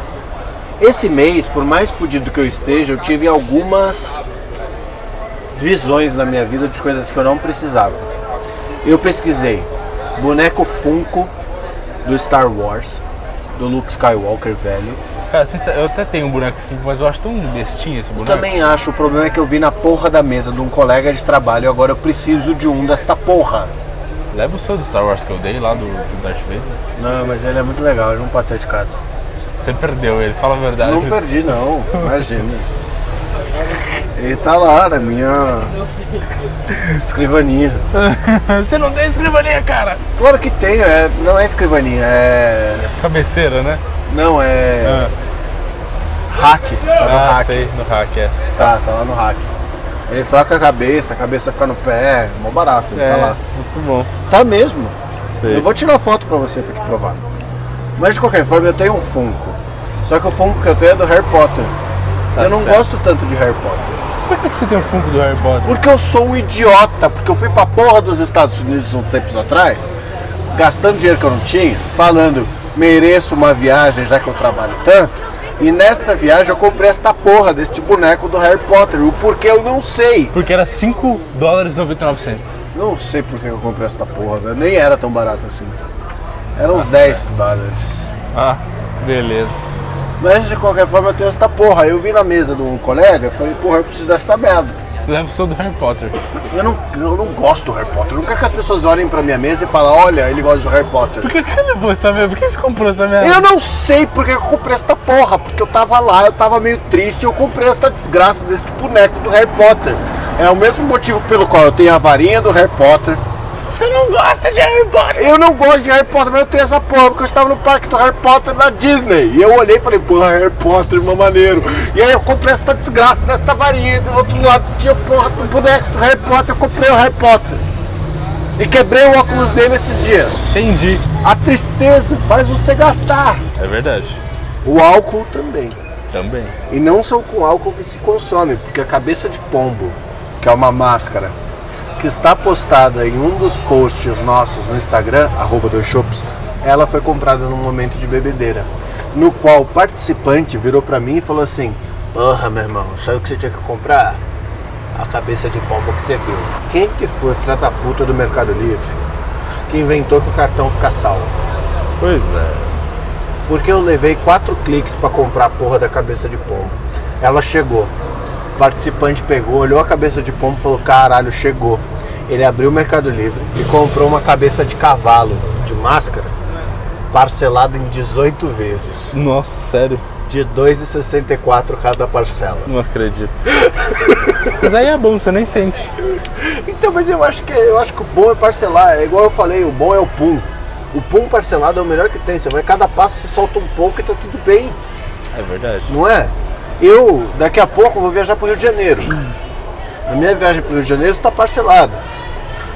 Esse mês, por mais fudido que eu esteja, eu tive algumas visões na minha vida de coisas que eu não precisava. Eu pesquisei boneco Funko do Star Wars, do Luke Skywalker velho.
Cara, sincero, eu até tenho um boneco Funko, mas eu acho tão bestinho esse boneco.
Também acho, o problema é que eu vi na porra da mesa de um colega de trabalho e agora eu preciso de um desta porra.
Leva o seu do Star Wars que eu dei lá do, do Darth Vader.
Não, mas ele é muito legal, ele não pode sair de casa.
Você perdeu ele, fala a verdade.
Não perdi não, imagina. Ele tá lá na minha escrivaninha.
Você não tem escrivaninha, cara!
Claro que tem, é, não é escrivaninha, é.
Cabeceira, né?
Não, é.
Ah.
Hack. Tá no
ah,
hack.
sei, no hack, é.
Tá, tá lá no hack. Ele troca a cabeça, a cabeça fica no pé, mó barato, ele
é,
tá lá.
Muito bom.
Tá mesmo.
Sei.
Eu vou tirar foto pra você pra te provar. Mas de qualquer forma eu tenho um Funko. Só que o Funko que eu tenho é do Harry Potter.
Tá
eu não
certo.
gosto tanto de Harry Potter.
Por é que que você tem o Funko do Harry Potter?
Porque eu sou um idiota, porque eu fui pra porra dos Estados Unidos uns tempos atrás, gastando dinheiro que eu não tinha, falando, mereço uma viagem já que eu trabalho tanto. E nesta viagem eu comprei esta porra deste boneco do Harry Potter. O porquê eu não sei.
Porque era 5 dólares e 99 centos.
Não sei por que eu comprei esta porra, velho. Nem era tão barato assim. Era
Tá
uns 10 dólares.
Ah, beleza.
Mas de qualquer forma eu tenho esta porra. Aí Eu vi na mesa de um colega e falei, porra, eu preciso desta merda.
Leva o seu do Harry Potter.
Eu não, eu não gosto do Harry Potter. Eu não quero que as pessoas olhem pra minha mesa e falem, olha, ele gosta do Harry Potter.
Por que que você levou essa merda? Por que você comprou essa merda?
Eu não sei porque eu comprei esta porra, porque eu tava lá, eu tava meio triste e eu comprei esta desgraça desse boneco do Harry Potter. É o mesmo motivo pelo qual eu tenho a varinha do Harry Potter.
Você não gosta de Harry Potter!
Eu não gosto de Harry Potter, mas eu tenho essa porra, porque eu estava no parque do Harry Potter na Disney. E eu olhei e falei, porra, Harry Potter, meu maneiro. E aí eu comprei essa desgraça dessa varinha. E do outro lado tinha porra do boneco do Harry Potter, eu comprei o Harry Potter. E quebrei o óculos dele esses dias.
Entendi.
A tristeza faz você gastar.
É verdade.
O álcool também.
Também.
E não são com álcool que se consome, porque a cabeça de pombo, que é uma máscara, que está postada em um dos posts nossos no Instagram, arroba dois shops, ela foi comprada num momento de bebedeira, no qual o participante virou pra mim e falou assim, porra meu irmão, sabe o que você tinha que comprar? A cabeça de pombo que você viu. Quem que foi, filha da puta do Mercado Livre, que inventou que o cartão fica salvo?
Pois é.
Porque eu levei quatro cliques pra comprar a porra da cabeça de pombo. Ela chegou. O participante pegou, olhou a cabeça de pombo e falou: caralho, chegou. Ele abriu o Mercado Livre e comprou uma cabeça de cavalo de máscara parcelada em 18 vezes,
Nossa, sério.
de 2,64 cada parcela.
Não acredito. Mas aí é bom, você nem sente.
Então, mas eu acho que eu acho que o bom é parcelar. É igual eu falei, o bom é o pum. O pum parcelado é o melhor que tem. Você vai cada passo, você solta um pouco e tá tudo bem.
É verdade.
não é? Eu, daqui a pouco, vou viajar para o Rio de Janeiro. A minha viagem para o Rio de Janeiro está parcelada.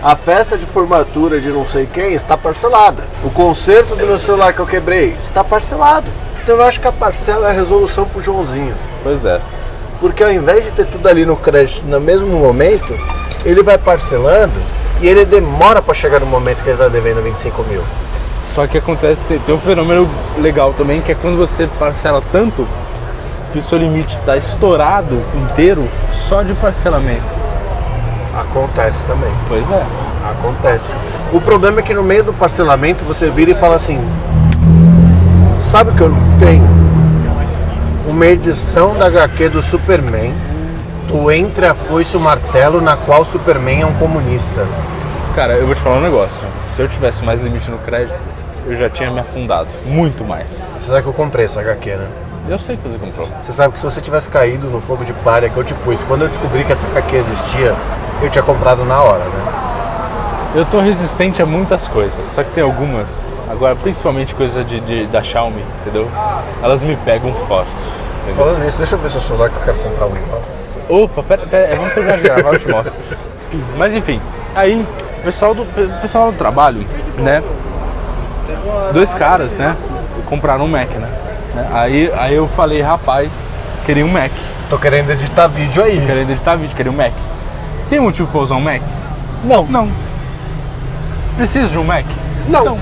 A festa de formatura de não sei quem está parcelada. O concerto do meu celular que eu quebrei está parcelado. Então eu acho que a parcela é a resolução para o Joãozinho.
Pois é.
Porque ao invés de ter tudo ali no crédito no mesmo momento, ele vai parcelando e ele demora para chegar no momento que ele está devendo 25 mil.
Só que acontece, tem, tem um fenômeno legal também, que é quando você parcela tanto que o seu limite está estourado inteiro só de parcelamento.
Acontece também.
Pois é.
Acontece. O problema é que no meio do parcelamento você vira e fala assim: Sabe o que eu não tenho? Uma edição da HQ do Superman do Entre a Foice e o Martelo, na qual Superman é um comunista.
Cara, eu vou te falar um negócio. Se eu tivesse mais limite no crédito, eu já tinha me afundado. Muito mais.
Você sabe que eu comprei essa HQ, né?
Eu sei que você comprou.
Você sabe que se você tivesse caído no fogo de palha que eu te pus, quando eu descobri que essa HQ existia, eu tinha comprado na hora, né?
Eu tô resistente a muitas coisas, só que tem algumas, agora principalmente coisa de, de- da Xiaomi, entendeu? Elas me pegam forte. entendeu?
Falando nisso, deixa eu ver seu celular que eu quero comprar um igual.
Opa, pera, pera, é, vamos terminar de gravar, eu te mostro. Mas enfim, aí, o pessoal do, o pessoal do trabalho, né? Dois caras, né? Compraram um Mac, né? Aí, aí eu falei, rapaz, queria um Mac.
Tô querendo editar vídeo aí.
Querendo editar vídeo, queria um Mac. Tem motivo pra usar um Mac?
Não,
Não. Preciso de um Mac?
Não.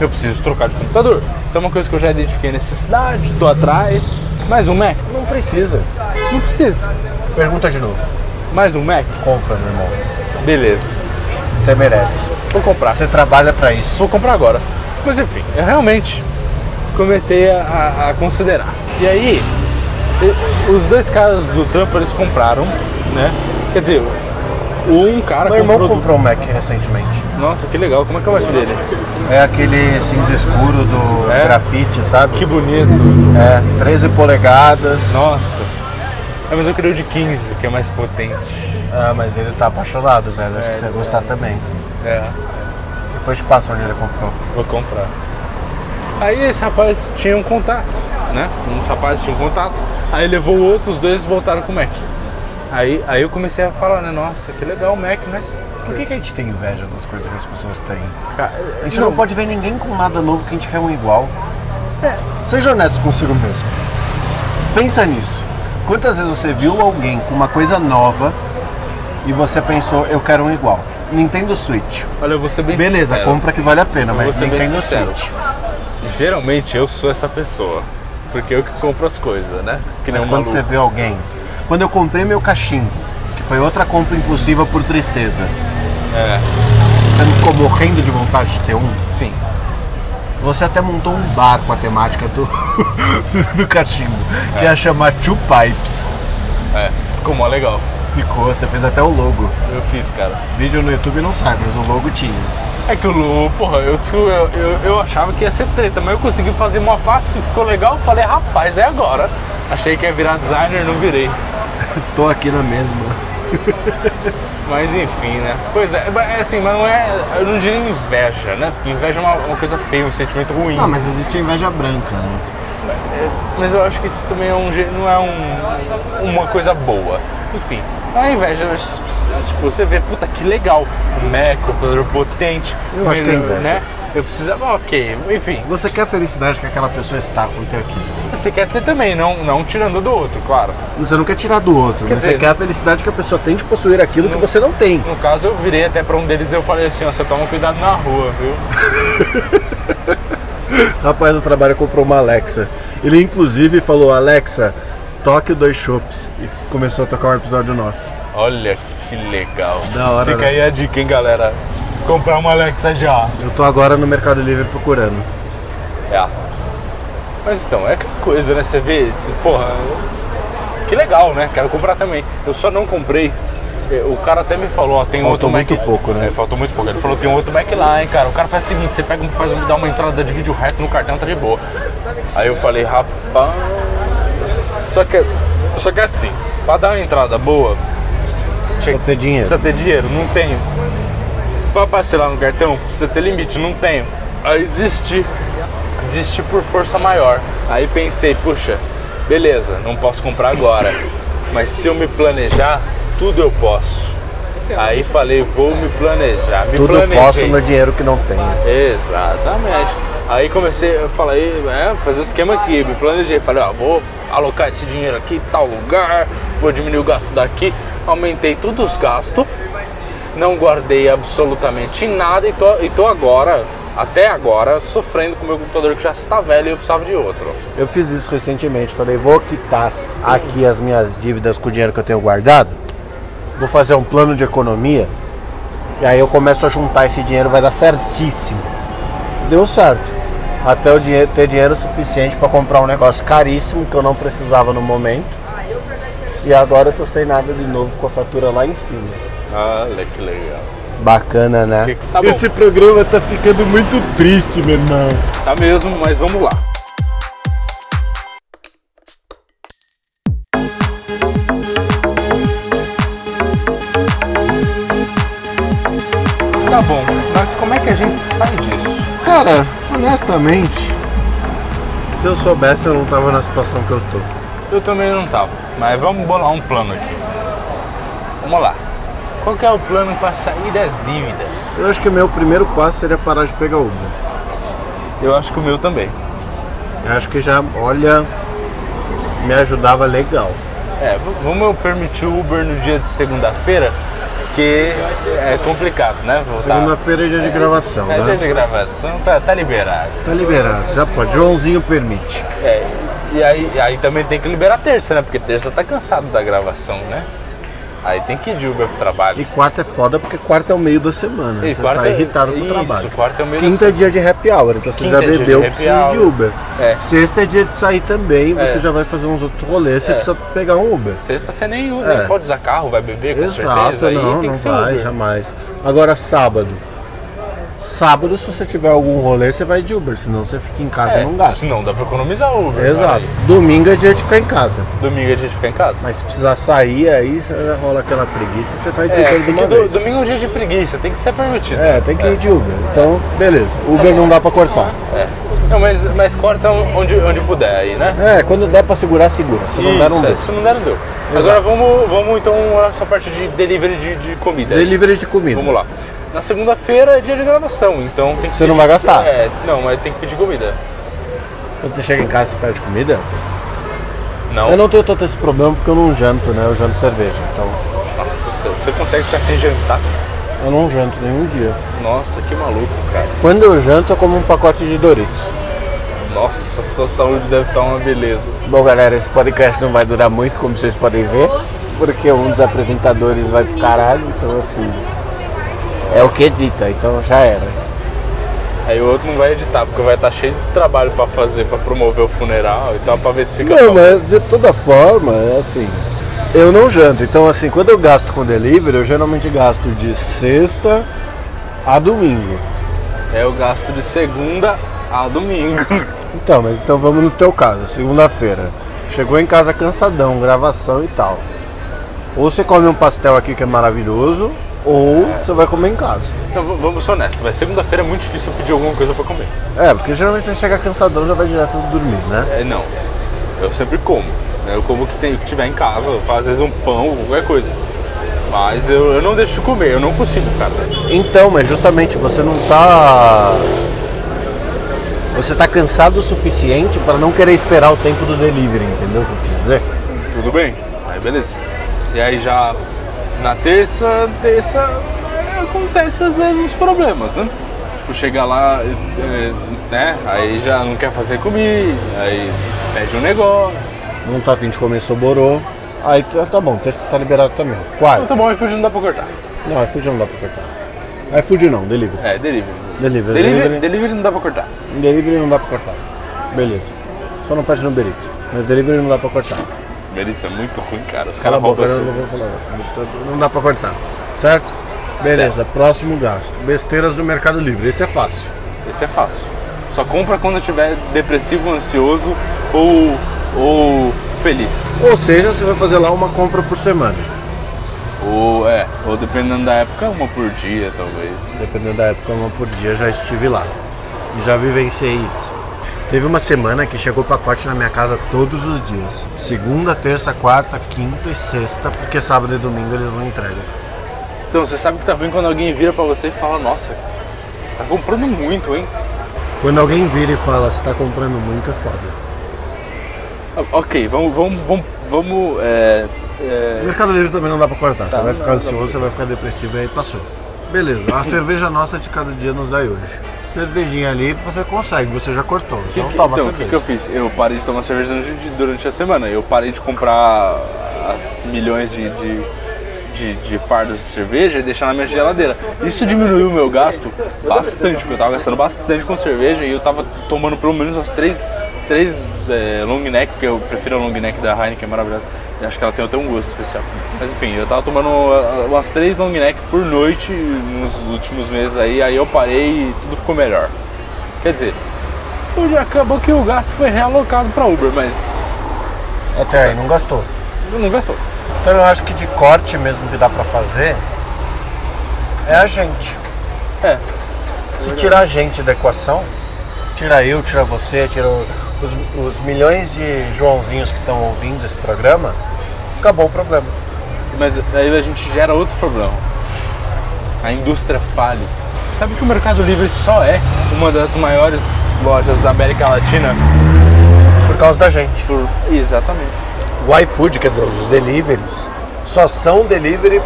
Eu preciso trocar de computador. Isso é uma coisa que eu já identifiquei necessidade, tô atrás. Mais um Mac?
não precisa.
Não precisa.
Pergunta de novo.
Mais um Mac?
Compra, meu irmão.
Beleza.
Você merece.
Vou comprar.
Você trabalha pra isso.
Vou comprar agora. Mas enfim, eu realmente comecei a, a- a considerar. E aí, e- os dois caras do trampo eles compraram, né? Quer dizer, um cara
Meu irmão
comprou. do-
comprou um Mac recentemente.
Nossa, que legal, como é que é o Mac dele?
É aquele cinza escuro do
É?
grafite, sabe?
Que bonito.
É, 13 polegadas.
Nossa. É, mas eu queria o de 15, que é mais potente.
Ah, mas ele tá apaixonado, velho. Acho
É,
que você ia
ele
gostar também.
É,
Depois te passa onde ele comprou.
vou comprar. Aí esse rapaz tinha um contato, né? Um dos rapazes tinha um contato, aí levou o outro, os dois voltaram com o Mac. Aí, aí eu comecei a falar, né? Nossa, que legal o Mac, né?
Por que, que a gente tem inveja das coisas que as pessoas têm?
Cara,
A
então,
gente não, pode ver ninguém com nada novo que a gente quer um igual. Seja honesto consigo mesmo. Pensa nisso. Quantas vezes você viu alguém com uma coisa nova e você pensou, eu quero um igual? Nintendo Switch.
Olha, eu vou ser bem
Beleza,
sincero.
compra que vale a pena, mas
vou ser bem
Nintendo
sincero.
Switch.
Geralmente eu sou essa pessoa. Porque eu que compro as coisas, né? Que nem
Mas
um
quando você
maluco.
vê alguém. Quando eu comprei meu cachimbo, que foi outra compra impulsiva por tristeza,
É,
você não ficou morrendo de vontade de ter um?
sim.
Você até montou um bar com a temática do, do, do cachimbo, que ia chamar Two Pipes.
É, ficou mó legal.
Ficou, você fez até o logo.
Eu fiz, cara.
Vídeo no YouTube não sabe, mas o logo tinha.
É que o Lu, porra, eu, eu, eu, eu achava que ia ser treta, mas eu consegui fazer uma fácil, ficou legal. Falei, rapaz, é agora. Achei que ia virar designer, não virei.
Tô aqui na mesma.
Mas enfim, né? Pois é, mas, é assim, mas não é. Eu não diria inveja, né? Porque inveja é uma, uma coisa feia, um sentimento ruim.
Não, mas existe a inveja branca, né?
Mas eu acho que isso também é um, ge- não é um, uma coisa boa. Enfim, a inveja, tipo, você vê, puta que legal, o Mac, o computador potente.
Eu acho que é inveja.
Né? Eu precisava, ok, enfim.
Você quer a felicidade que aquela pessoa está com ter aqui.
Você quer ter também, não, não tirando do outro, claro.
Você não quer tirar do outro,
Quer
mas
dizer,
você quer a felicidade que a pessoa tem de possuir aquilo que
Não-
você não tem.
No caso, eu virei até pra um deles e eu falei assim, ó, você toma cuidado na rua, viu?
Rapaz do trabalho comprou uma Alexa. Ele inclusive falou, Alexa, toque o dois chopes. E começou a tocar um episódio nosso.
Olha que legal.
Da hora,
Fica
né?
aí a dica, hein, galera. Comprar uma Alexa já.
Eu tô agora no Mercado Livre procurando.
É. Mas então, é aquela coisa, né? Você vê esse, porra, que legal, né? Quero comprar também. Eu só não comprei. É, O cara até me falou, ó, tem um outro
Faltou
Mac.
muito pouco, né?
É, faltou muito pouco. Ele falou, tem um outro Mac lá, hein, cara. O cara faz o seguinte, você pega, um- faz, um- dá uma entrada de vídeo resto no cartão, tá de boa. Aí eu falei, rapaz. Só que, só que assim, pra dar uma entrada boa,
Só ter dinheiro.
Precisa ter dinheiro? Não tenho. Pra parcelar no cartão, precisa ter limite? Não tenho. Aí desisti. Desisti por força maior. Aí pensei, puxa, beleza, não posso comprar agora. Mas se eu me planejar, tudo eu posso. Aí falei, vou me planejar. Me
Tudo
planejei.
posso né? no dinheiro que não tenho.
Exatamente. Aí comecei, eu falei, é, fazer o esquema aqui, me planejei. Falei, ó, vou alocar esse dinheiro aqui, em tal lugar, vou diminuir o gasto daqui. Aumentei todos os gastos, não guardei absolutamente nada e tô, e tô agora, até agora, sofrendo com o meu computador que já está velho e eu precisava de outro.
Eu fiz isso recentemente, falei, vou quitar aqui as minhas dívidas com o dinheiro que eu tenho guardado, vou fazer um plano de economia, e aí eu começo a juntar esse dinheiro, vai dar certíssimo. Deu certo. Até eu dinhe- ter dinheiro suficiente para comprar um negócio caríssimo que eu não precisava no momento. E agora eu tô sem nada de novo com a fatura lá em cima.
Olha que legal.
Bacana,
Que
né?
que- tá bom.
Esse programa tá ficando muito triste, meu irmão.
Tá mesmo, mas vamos lá. Tá bom, mas como é que a gente sai disso?
Cara, honestamente, se eu soubesse, eu não tava na situação que eu tô.
Eu também não tava, mas vamos bolar um plano aqui. Vamos lá. Qual que é o plano para sair das dívidas?
Eu acho que o meu primeiro passo seria parar de pegar Uber.
Eu acho que o meu também.
Eu acho que já, olha, me ajudava legal.
É, v- vamos eu permitir o Uber no dia de segunda-feira, que é complicado, né? Voltar.
Segunda-feira é dia de gravação,
É dia
né?
de gravação, tá, tá liberado.
Tá liberado, já pode. Joãozinho permite.
É, e aí, aí também tem que liberar terça, né? Porque terça tá cansado da gravação, né? Aí tem que ir de Uber pro trabalho.
E quarta é foda porque quarta é o meio da semana.
E
você
quarta
tá
é-
irritado com o
isso,
trabalho.
quarta é o meio da
Quinta é
semana.
dia de happy hour, então você
Quinta
já
é dia de
bebeu,
happy
precisa de
hour.
Uber.
É.
Sexta é dia de sair também,
É.
você já vai fazer uns outros rolês, você
É.
precisa pegar um Uber.
Sexta você nem, nem
É.
pode usar carro, vai beber, com
Exato,
certeza. Aí
não,
tem
não
que ser
vai,
Uber.
jamais. Agora sábado. Sábado, se você tiver algum rolê, você vai de Uber, senão você fica em casa e
É,
não gasta.
senão dá pra economizar o Uber.
Exato.
cara.
Domingo é dia de ficar em casa.
Domingo é a gente fica em casa.
Mas se precisar sair, aí rola aquela preguiça e você vai de
É,
Uber de
porque
uma
do-
vez.
domingo é um dia de preguiça, tem que ser permitido.
É, tem que ir de Uber. Então, beleza.
Tá
Uber não dá pra cortar.
É. Não, mas, mas corta onde, onde puder aí, né?
É, quando dá pra segurar, segura. Se não der, não
Isso, é,
deu.
Se não der, não deu. Agora vamos, vamos então a essa parte de delivery de, de comida. aí.
Delivery de comida.
é. Vamos lá. Na segunda-feira é dia de gravação, então tem que
Você não vai gastar?
É, não, mas tem que pedir comida.
Quando você chega em casa, você pede comida?
Não.
Eu não tenho tanto esse problema porque eu não janto, né? Eu janto cerveja. Então,
Nossa, você- você consegue ficar sem jantar?
eu não janto nenhum dia.
Nossa, que maluco, cara.
Quando eu janto, eu como um pacote de Doritos.
Nossa, sua saúde deve estar uma beleza.
Bom, galera, esse podcast não vai durar muito, como vocês podem ver, porque um dos apresentadores vai pro caralho, então assim. É o que dita, então já era.
Aí o outro não vai editar, porque vai estar cheio de trabalho pra fazer, pra promover o funeral e tal, pra ver se fica
Não,
salvo.
mas de toda forma, é assim. Eu não janto, então assim, quando eu gasto com delivery, eu geralmente gasto de sexta a domingo.
É, eu gasto de segunda a domingo.
Então, mas então vamos no teu caso, segunda-feira. Chegou em casa cansadão, gravação e tal. Ou você come um pastel aqui que é maravilhoso, ou você vai comer em casa.
Então, v- vamos ser honestos, vai. Segunda-feira é muito difícil eu pedir alguma coisa pra comer.
É, porque geralmente você chega cansadão já vai direto dormir, né?
É, não. Eu sempre como. né? Eu como o que, tem- o que tiver em casa, eu faço, às vezes um pão, qualquer coisa. Mas eu, eu não deixo de comer, eu não consigo, cara.
Então, mas justamente você não tá. Você tá cansado o suficiente para não querer esperar o tempo do delivery, entendeu o que eu quis dizer?
Tudo bem? Aí beleza. E aí já na terça, terça é, acontece às vezes uns problemas, né? Tipo, chegar lá, é, né? Aí já não quer fazer comida, aí pede um negócio.
Não tá afim de comer soborô. Aí tá, tá bom, terça tá liberado também.
Então tá
Quarta.
bom, iFood não dá pra cortar.
Não, iFood não dá pra cortar. iFood não, delivery.
É, delivery.
Delivery.
Delivery,
Delivery,
delivery não dá pra cortar.
delivery não dá pra cortar. Beleza. Só não pede no berito. Mas delivery não dá pra cortar.
Meritz é muito ruim, cara. Os
Cala a
caras
boca, né?
roubam
eu não
seu.
vou falar. Não dá pra cortar, certo? Beleza, próximo gasto. Besteiras do Mercado Livre, esse é fácil.
Esse é fácil. Só compra quando estiver depressivo, ansioso ou, ou feliz.
Ou seja, você vai fazer lá uma compra por semana.
Ou é, ou dependendo da época, uma por dia, talvez.
Dependendo da época, uma por dia já estive lá. E já vivenciei isso. Teve uma semana que chegou pacote na minha casa todos os dias. Segunda, terça, quarta, quinta e sexta, porque sábado e domingo eles não entregam.
Então você sabe que tá ruim quando alguém vira pra você e fala, nossa, você tá comprando muito, hein?
Quando alguém vira e fala, você tá comprando muito, é foda.
Ah, Ok, vamos, vamos, vamos, vamos, é,
O
é,
Mercado Livre também não dá pra cortar. você
Tá,
vai
não
ficar
dá pra
ansioso, você vai ficar depressivo e aí passou. Beleza, a cerveja nossa de cada dia nos dá hoje. Cervejinha ali você consegue, você já cortou. Você
que,
não
que-
toma
então, o que,
cerveja.
que eu fiz? Eu parei de tomar cerveja durante, durante a semana. Eu parei de comprar as milhões de, de, de, de fardos de cerveja e deixar na minha geladeira. Isso diminuiu o meu gasto bastante, porque eu tava gastando bastante com cerveja e eu tava tomando pelo menos umas três, três é, long neck, porque eu prefiro a long neck da Heineken, é maravilhosa. E acho que ela tem até um gosto especial. Mas enfim, eu tava tomando ah, umas três long neck por noite nos últimos meses aí, aí eu parei e tudo ficou melhor. Quer dizer, Hoje acabou que o gasto foi realocado para Uber, mas
Até aí, não gastou.
não gastou.
Então eu acho que de corte mesmo que dá pra fazer é a gente.
É,
Se tirar a gente da equação, tira eu, tira você, tira o- os, os milhões de Joãozinhos que estão ouvindo esse programa, acabou o problema.
mas aí a gente gera outro problema. A indústria falha. Sabe que o Mercado Livre só é uma das maiores lojas da América Latina?
Por causa da gente.
Por... Exatamente.
o iFood, quer dizer, os deliveries, só são delivery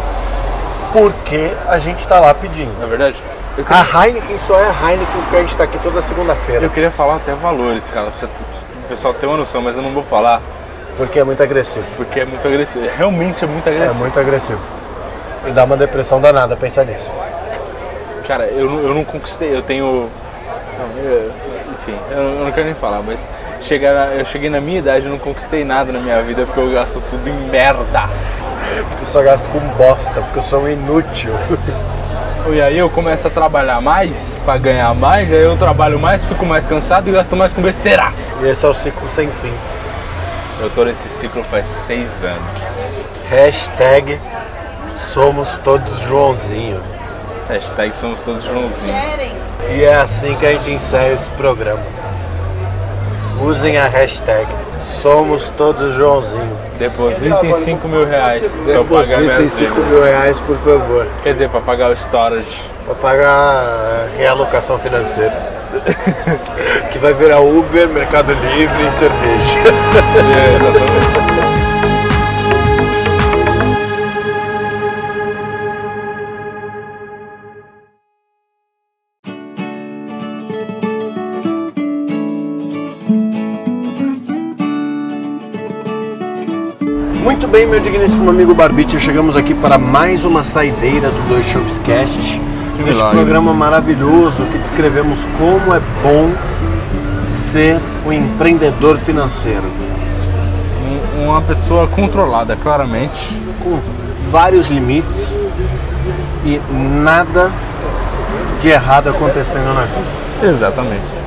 porque a gente tá lá pedindo.
Na É verdade, eu queria,
A Heineken só é a Heineken porque a gente tá aqui toda segunda-feira,
eu queria falar até valores, cara, pra você- o pessoal ter uma noção, mas eu não vou falar,
porque é muito agressivo.
porque é muito agressivo. Realmente é muito
É
agressivo.
muito agressivo. E dá uma depressão danada pensar nisso.
Cara, eu, não- eu não conquistei, eu tenho. não, eu- Enfim, eu, eu não quero nem falar, mas chegar na- eu cheguei na minha idade, eu não conquistei nada na minha vida porque eu gasto tudo em merda.
Eu só gasto com bosta, porque eu sou um inútil.
E aí eu começo a trabalhar mais pra ganhar mais, aí eu trabalho mais, fico mais cansado e gasto mais com besteira.
E esse é o ciclo sem fim.
Eu tô nesse ciclo faz seis anos.
Hashtag somos todos Joãozinho.
Hashtag somos todos Joãozinho.
Querem?
E é assim que a gente encerra esse programa. Usem a hashtag Somos Todos Joãozinho.
Depositem 5 mil reais pra eu pagar minha
Depositem 5
dívida.
mil reais, por favor,
Quer dizer, pra pagar o storage.
para pagar a realocação financeira. que vai virar Uber, Mercado Livre e cerveja. Muito bem, meu digníssimo amigo Barbite, chegamos aqui para mais uma saideira do Dois Shops Cast. Este
milagre.
programa maravilhoso que descrevemos como é bom ser um empreendedor financeiro.
Um- uma pessoa controlada, claramente.
Com vários limites e nada de errado acontecendo na vida.
Exatamente.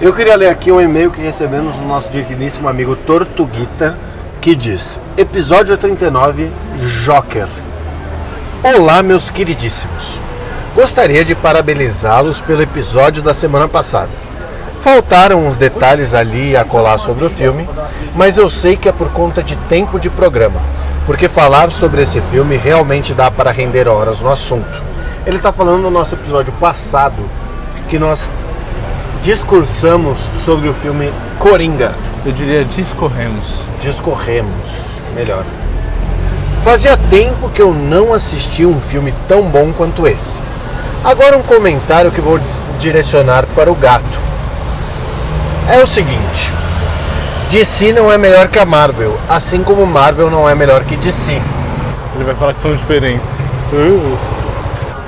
Eu queria ler aqui um e-mail que recebemos do nosso digníssimo amigo Tortuguita, que diz: Episódio 39 Joker. Olá, meus queridíssimos. Gostaria de parabenizá-los pelo episódio da semana passada. Faltaram uns detalhes ali a colar sobre o filme, mas eu sei que é por conta de tempo de programa, porque falar sobre esse filme realmente dá para render horas no assunto. Ele está falando no nosso episódio passado que nós discursamos sobre o filme Coringa.
Eu diria discorremos.
Discorremos, melhor. Fazia tempo que eu não assisti um filme tão bom quanto esse. Agora um comentário que vou dis- direcionar para o gato. É o seguinte: DC não é melhor que a Marvel, assim como Marvel não é melhor que DC.
Ele vai falar que são diferentes. Uh.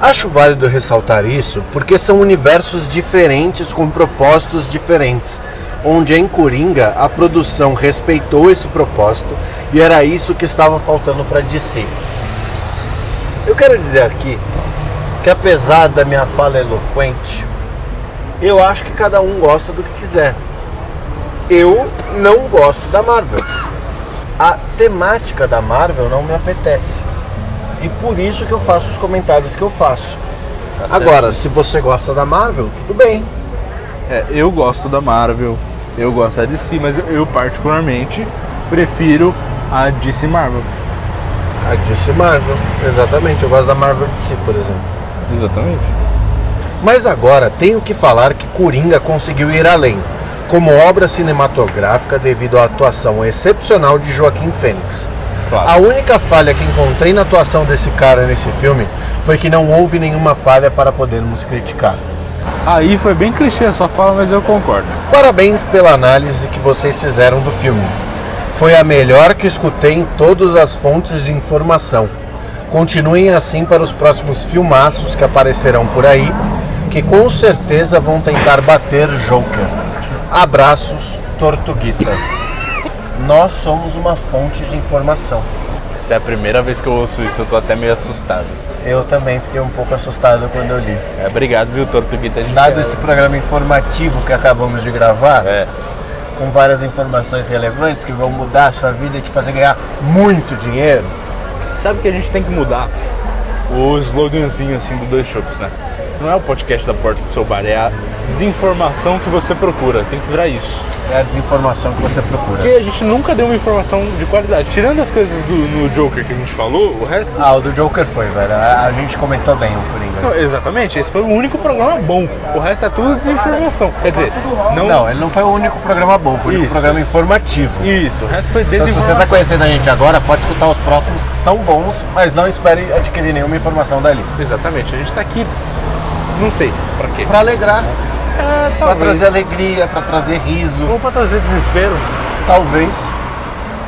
Acho válido ressaltar isso porque são universos diferentes com propósitos diferentes, onde em Coringa a produção respeitou esse propósito e era isso que estava faltando para DC. Eu quero dizer aqui que apesar da minha fala eloquente, eu acho que cada um gosta do que quiser. Eu não gosto da Marvel. A temática da Marvel não me apetece. E por isso que eu faço os comentários que eu faço. Agora, se você gosta da Marvel, tudo bem.
É, eu gosto da Marvel, eu gosto da DC, mas eu, eu particularmente prefiro a DC Marvel.
A DC Marvel, exatamente. Eu gosto da Marvel DC, por exemplo.
Exatamente.
Mas agora tenho que falar que Coringa conseguiu ir além, como obra cinematográfica devido à atuação excepcional de Joaquim Fênix.
Claro.
A única falha que encontrei na atuação desse cara nesse filme foi que não houve nenhuma falha para podermos criticar.
Aí foi bem clichê a sua fala, mas eu concordo.
Parabéns pela análise que vocês fizeram do filme. Foi a melhor que escutei em todas as fontes de informação. Continuem assim para os próximos filmaços que aparecerão por aí, que com certeza vão tentar bater Joker. Abraços, Tortuguita. Nós somos uma fonte de informação.
Essa é a primeira vez que eu ouço isso, eu tô até meio assustado.
Eu também fiquei um pouco assustado quando eu li.
É, obrigado, viu, Tortuguita? de
Dado
Pedra.
esse programa informativo que acabamos de gravar,
É,
com várias informações relevantes que vão mudar a sua vida e te fazer ganhar muito dinheiro.
Sabe que a gente tem que mudar o sloganzinho assim do Dois Shops, né? não é o podcast da porta do seu bar, é a desinformação que você procura. Tem que virar isso.
É a desinformação que você
Porque
procura.
a gente nunca deu uma informação de qualidade. Tirando as coisas do no Joker que a gente falou, o resto.
Ah, o do Joker foi, velho. A a gente comentou bem o Coringa.
Não, exatamente, esse foi o único programa bom. O resto é tudo desinformação. Quer dizer, não.
Não, ele não foi o único programa bom, foi um
Isso.
programa informativo.
Isso, o resto foi
Então, se você
desinformação.
está conhecendo a gente agora, pode escutar os próximos que são bons, mas não espere adquirir nenhuma informação dali.
Exatamente, a gente tá aqui. Não sei pra quê.
Para alegrar,
É,
para
talvez.
trazer alegria, para trazer riso,
Ou pra trazer desespero.
talvez.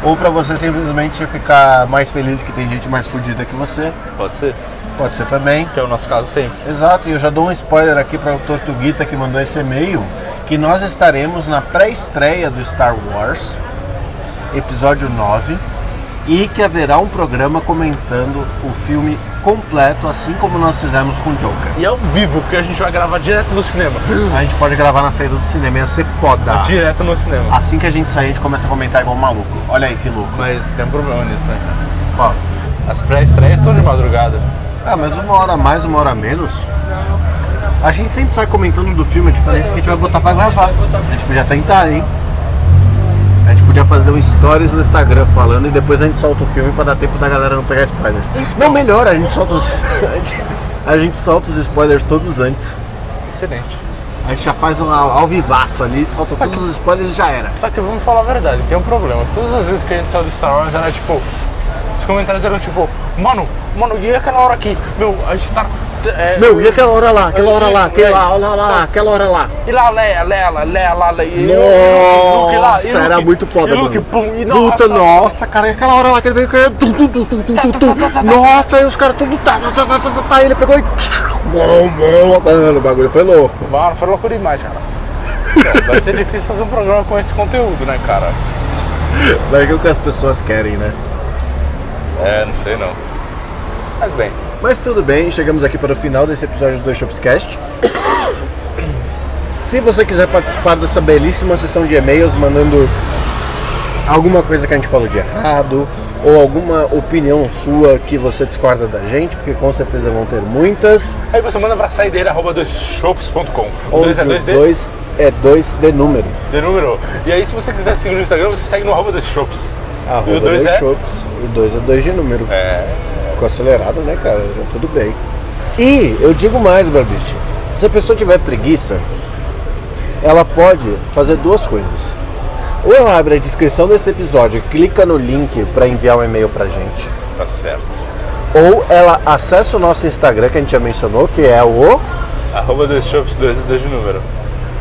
Ou para você simplesmente ficar mais feliz que tem gente mais fodida que você.
Pode ser.
Pode ser também.
Que é o nosso caso sempre.
Exato, e eu já dou um spoiler aqui para o Tortuguita que mandou esse e-mail, que nós estaremos na pré-estreia do Star Wars, episódio 9, e que haverá um programa comentando o filme completo, assim como nós fizemos com o Joker.
E ao vivo, porque a gente vai gravar direto do cinema.
A gente pode gravar na saída do cinema, ia ser foda.
Direto no cinema.
Assim que a gente sair, a gente começa a comentar igual um maluco. Olha aí que louco.
Mas tem um problema nisso, né?
Ó.
As pré-estreias são de madrugada.
Ah, mas uma hora a mais, uma hora a menos. A gente sempre sai comentando do filme, a diferença é que a gente vai botar pra gravar. A gente podia tentar, hein? A gente podia fazer um stories no Instagram falando e depois a gente solta o filme pra dar tempo da galera não pegar spoilers. Não, melhor, a gente solta os. A gente, a gente solta os spoilers todos antes.
Excelente.
A gente já faz um ao ao vivaço ali, solta
Só que-
todos os spoilers e já era.
Só que vamos falar a verdade, tem um problema. Todas as vezes que a gente saiu do Star Wars era tipo. Os comentários eram tipo, mano, mano, e é aquela hora aqui? Meu, a Star. É,
Meu, e aquela hora lá, aquela hora lá,
Isso,
aquela
é.
lá, olha lá, aquela hora lá.
E lá, Leia, Leia, Leia, lá, Leia. e
Nossa,
Luke lá, e
era
Luke,
muito foda,
e Luke,
mano.
pum, e nossa,
Puta,
Tá,
nossa, cara, aquela hora lá que ele veio caindo. tum, tum, tum, tum, tum, tum, tum. Nossa, aí os caras tudo tá, tá, tá, tá, tá, tá, tá, ele pegou e. Bom, bom, Mano, o bagulho foi louco.
Mano, foi loucura demais, cara. Então, vai ser difícil fazer um programa com esse conteúdo, né, cara?
Daí que é o que as pessoas querem, né?
É, não sei não. Mas bem,
Mas tudo bem, chegamos aqui para o final desse episódio do Dois Shops Cast. Se você quiser participar dessa belíssima sessão de e-mails, mandando alguma coisa que a gente falou de errado, ou alguma opinião sua que você discorda da gente, porque com certeza vão ter muitas,
aí você manda pra saideira.com. O
onde
2 é 2
os
d
dois é dois de número.
de número. E aí, se você quiser seguir no Instagram, você segue no arroba dos shops. e
Arroba
o 2
dois
é.
shops, o dois é dois de número.
É.
Ficou acelerado, né, cara? Tá Tudo bem. E eu digo mais, Barbite. Se a pessoa tiver preguiça, ela pode fazer duas coisas. Ou ela abre a descrição desse episódio e clica no link para enviar um e-mail pra gente.
Tá certo.
Ou ela acessa o nosso Instagram, que a gente já mencionou, que é o.
Arroba dos shops, 2 é 2 de número.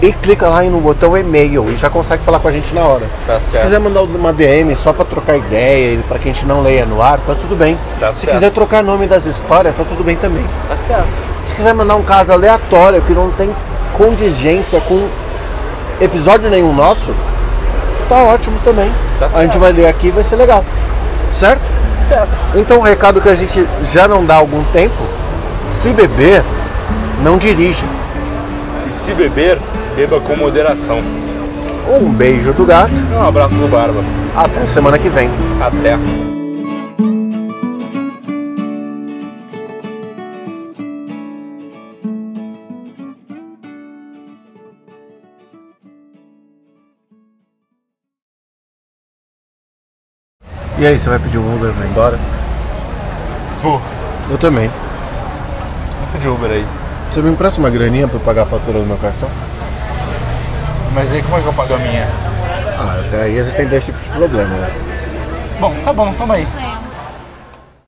E clica lá aí no botão e-mail e já consegue falar com a gente na hora.
Tá
Se
certo.
quiser mandar uma DM só pra trocar ideia e pra que a gente não leia no ar, tá tudo bem.
Tá
Se
certo.
quiser trocar nome das histórias, tá tudo bem também.
Tá certo.
Se quiser mandar um caso aleatório que não tem condigência com episódio nenhum nosso, tá ótimo também.
Tá
a gente
certo.
vai ler aqui e vai ser legal. Certo?
Certo.
Então, um recado que a gente já não dá há algum tempo: se beber, não dirija.
E se beber, beba com moderação.
Um beijo do gato.
E Um abraço do Barba.
Até semana que vem.
Até.
E aí, você vai pedir um Uber pra ir embora?
Vou.
Eu também.
De Uber aí.
Você me empresta uma graninha pra eu pagar a fatura do meu cartão?
Mas aí, como é que eu pago a minha?
Ah, até aí existem dois tipos de problema, né?
Bom, tá bom, tamo aí.